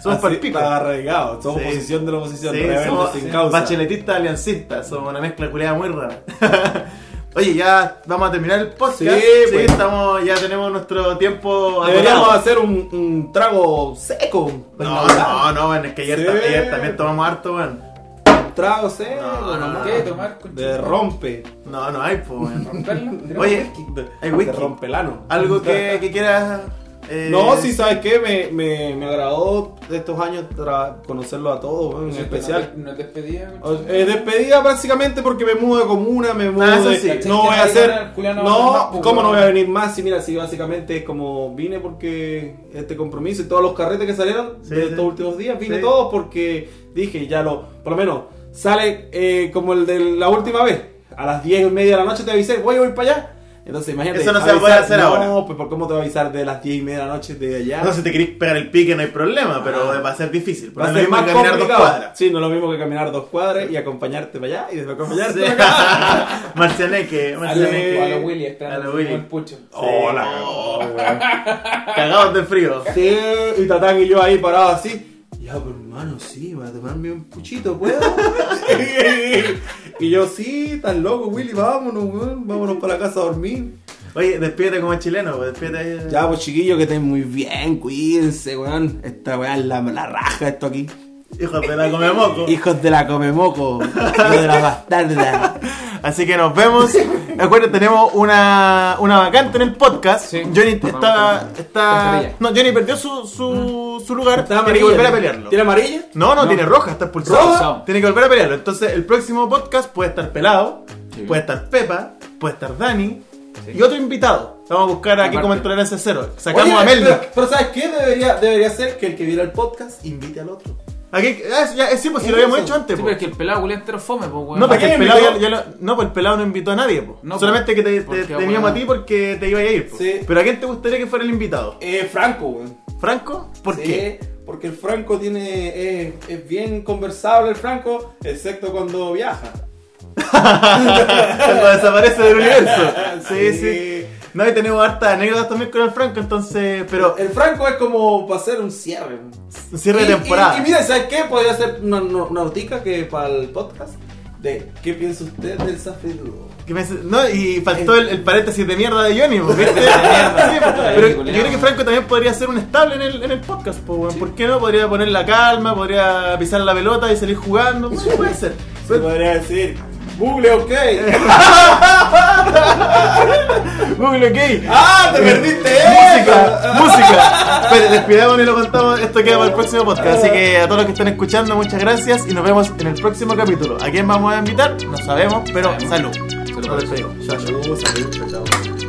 A: Somos
C: Así
A: palpico.
C: Está arraigado. Somos
A: Sí.
C: oposición de la oposición.
A: Sí,
C: rebeldes
A: somos
C: sin causa.
A: bacheletistas aliancistas. Somos una mezcla culiada muy rara. Oye, ya vamos a terminar el podcast.
C: Sí, pues.
A: estamos, ya tenemos nuestro tiempo
C: Deberíamos
A: agotado. Pues
C: hacer un, un trago seco. pues,
A: No, no, no, weón, es que ayer,
C: Sí.
A: tam- ayer también tomamos harto, weón.
C: Un trago seco.
A: No, no, no.
B: ¿Qué? Tomar con
C: De rompe.
A: No, no hay, pues, weón.
B: Romperla. Tenemos
A: Oye,
B: whisky.
C: De,
A: Hay whisky.
C: de rompelano.
A: Algo que, que quieras. eh,
C: No, sí, ¿sabes qué? Me, me, me agradó de estos años tra- conocerlo a todos, weón, en
B: Nos
C: especial.
B: despe- Nos despedía.
C: O- eh, despedida básicamente porque me mudo de comuna, me mudo
A: Ah, eso
C: de-
A: sí.
C: No voy a hacer...
B: Julián no va a hacer más,
C: No,
B: pues,
C: ¿cómo no
B: weón?
C: voy a venir más? Sí, mira, sí, básicamente es como vine porque este compromiso y todos los carretes que salieron
A: Sí,
C: de
A: sí.
C: estos últimos días, vine
A: Sí.
C: todos porque dije, ya lo... Por lo menos sale eh, como el de la última vez. A las 10 y media de la noche te avisé, voy a ir para allá. Entonces imagínate...
A: Eso no se puede hacer
C: no,
A: ahora.
C: pues ¿por cómo te voy a avisar de las 10 y media de la noche de allá?
A: No, si te querés pegar el pique no hay problema, pero
C: Ah.
A: va a ser difícil.
C: Va a
A: porque no
C: ser
A: es
C: más
A: lo mismo caminar dos
C: complicado.
A: cuadras.
C: Sí, no es lo mismo que caminar dos cuadras y acompañarte para allá y después acompañarte
A: Sí.
C: para acá.
A: Marcianeque,
B: A lo-
A: Marcianeque.
B: a lo Willy, está
A: A lo
B: como
A: Willy.
B: el Oh. pucho.
C: Hola.
A: Cagados de frío.
C: Sí, y Tatán y yo ahí parados así. Ya, pero hermano, sí, para tomarme un puchito, ¿puedo? y yo, sí, tan loco, Willy, vámonos, weón, vámonos para la casa a dormir.
A: Oye, despídete como chileno, pues, despídete ahí.
C: Ya, pues chiquillos, que estén muy bien, cuídense, weón. Esta weá es la, la raja, esto aquí.
A: Hijo de la come moco.
C: Hijos de la comemoco, hijos de la bastarda.
A: Así que nos vemos. Recuerden, tenemos una, una vacante en el podcast.
B: Sí.
A: Johnny
B: Vamos
A: está.
B: con- con
A: está
B: ella.
A: no, Johnny perdió su, su, su lugar.
C: Está
A: tiene que
C: amarilla.
A: volver a pelearlo.
C: ¿Tiene amarilla?
A: No, no,
B: No.
A: tiene roja, está expulsado.
B: ¿Roja?
A: Tiene que volver a pelearlo. Entonces, el próximo podcast puede estar Pelado,
B: Sí.
A: puede estar Pepa, puede estar Dani
B: Sí.
A: y otro invitado. Vamos a buscar aquí
B: Aparte.
A: como en tolerancia cero. Sacamos
C: Oye,
A: a Melda.
C: Pero, pero ¿sabes qué? Debería, debería ser que el que viera el podcast invite al otro.
A: Aquí, ah, eso ya, eh, sí, pues si lo
C: Eso.
A: habíamos hecho
B: Sí,
A: antes.
B: pero
A: po.
B: es que el pelado culé entero fome, pues, weón.
A: No, porque
C: ¿A
A: el
C: quién
A: pelado, ya,
C: invitó?
A: ya lo- no, pues el pelado no invitó a nadie. po.
B: No, pues,
A: Solamente que te,
B: porque,
A: te- teníamos
B: bueno.
A: a ti porque te iba a ir. po.
C: Sí.
A: Pero ¿a quién te gustaría que fuera el invitado?
C: Eh, Franco, weón.
A: ¿Franco? ¿Por
C: Sí,
A: qué?
C: Porque el Franco tiene. eh, es bien conversable el Franco, excepto cuando viaja.
A: Cuando desaparece del universo.
C: Ah,
A: Sí, sí.
C: Sí.
A: No, y tenemos hartas anécdotas también con el Franco, entonces. Pero
C: El Franco es como para hacer un cierre. weón.
A: cierre
C: Y-
A: de temporada.
C: Y, y mira, ¿sabes qué? Podría ser una, una, una notica que para el podcast de ¿Qué piensa usted del Zafiruro?
A: Que me- no, y faltó el, el paréntesis de mierda de Johnny, po, ¿viste? Sí, po. pero yo creo que Franco también podría ser un estable en el, en el podcast, po, weón. ¿por qué no? Podría poner la calma, podría pisar la pelota y salir jugando, Bueno, puede ser.
C: Se podría decir, Google OK.
A: Google ok.
C: ¡Ah! ¡Te perdiste
A: Música, música. Pero despidamos y lo contamos, esto queda para el próximo podcast. Así que a todos los que están escuchando, muchas gracias y nos vemos en el próximo capítulo. ¿A quién vamos a invitar? No sabemos, pero salud.
B: Salud.
A: Nos despedimos. Chao, chao.
C: Saludos, saludos, chao.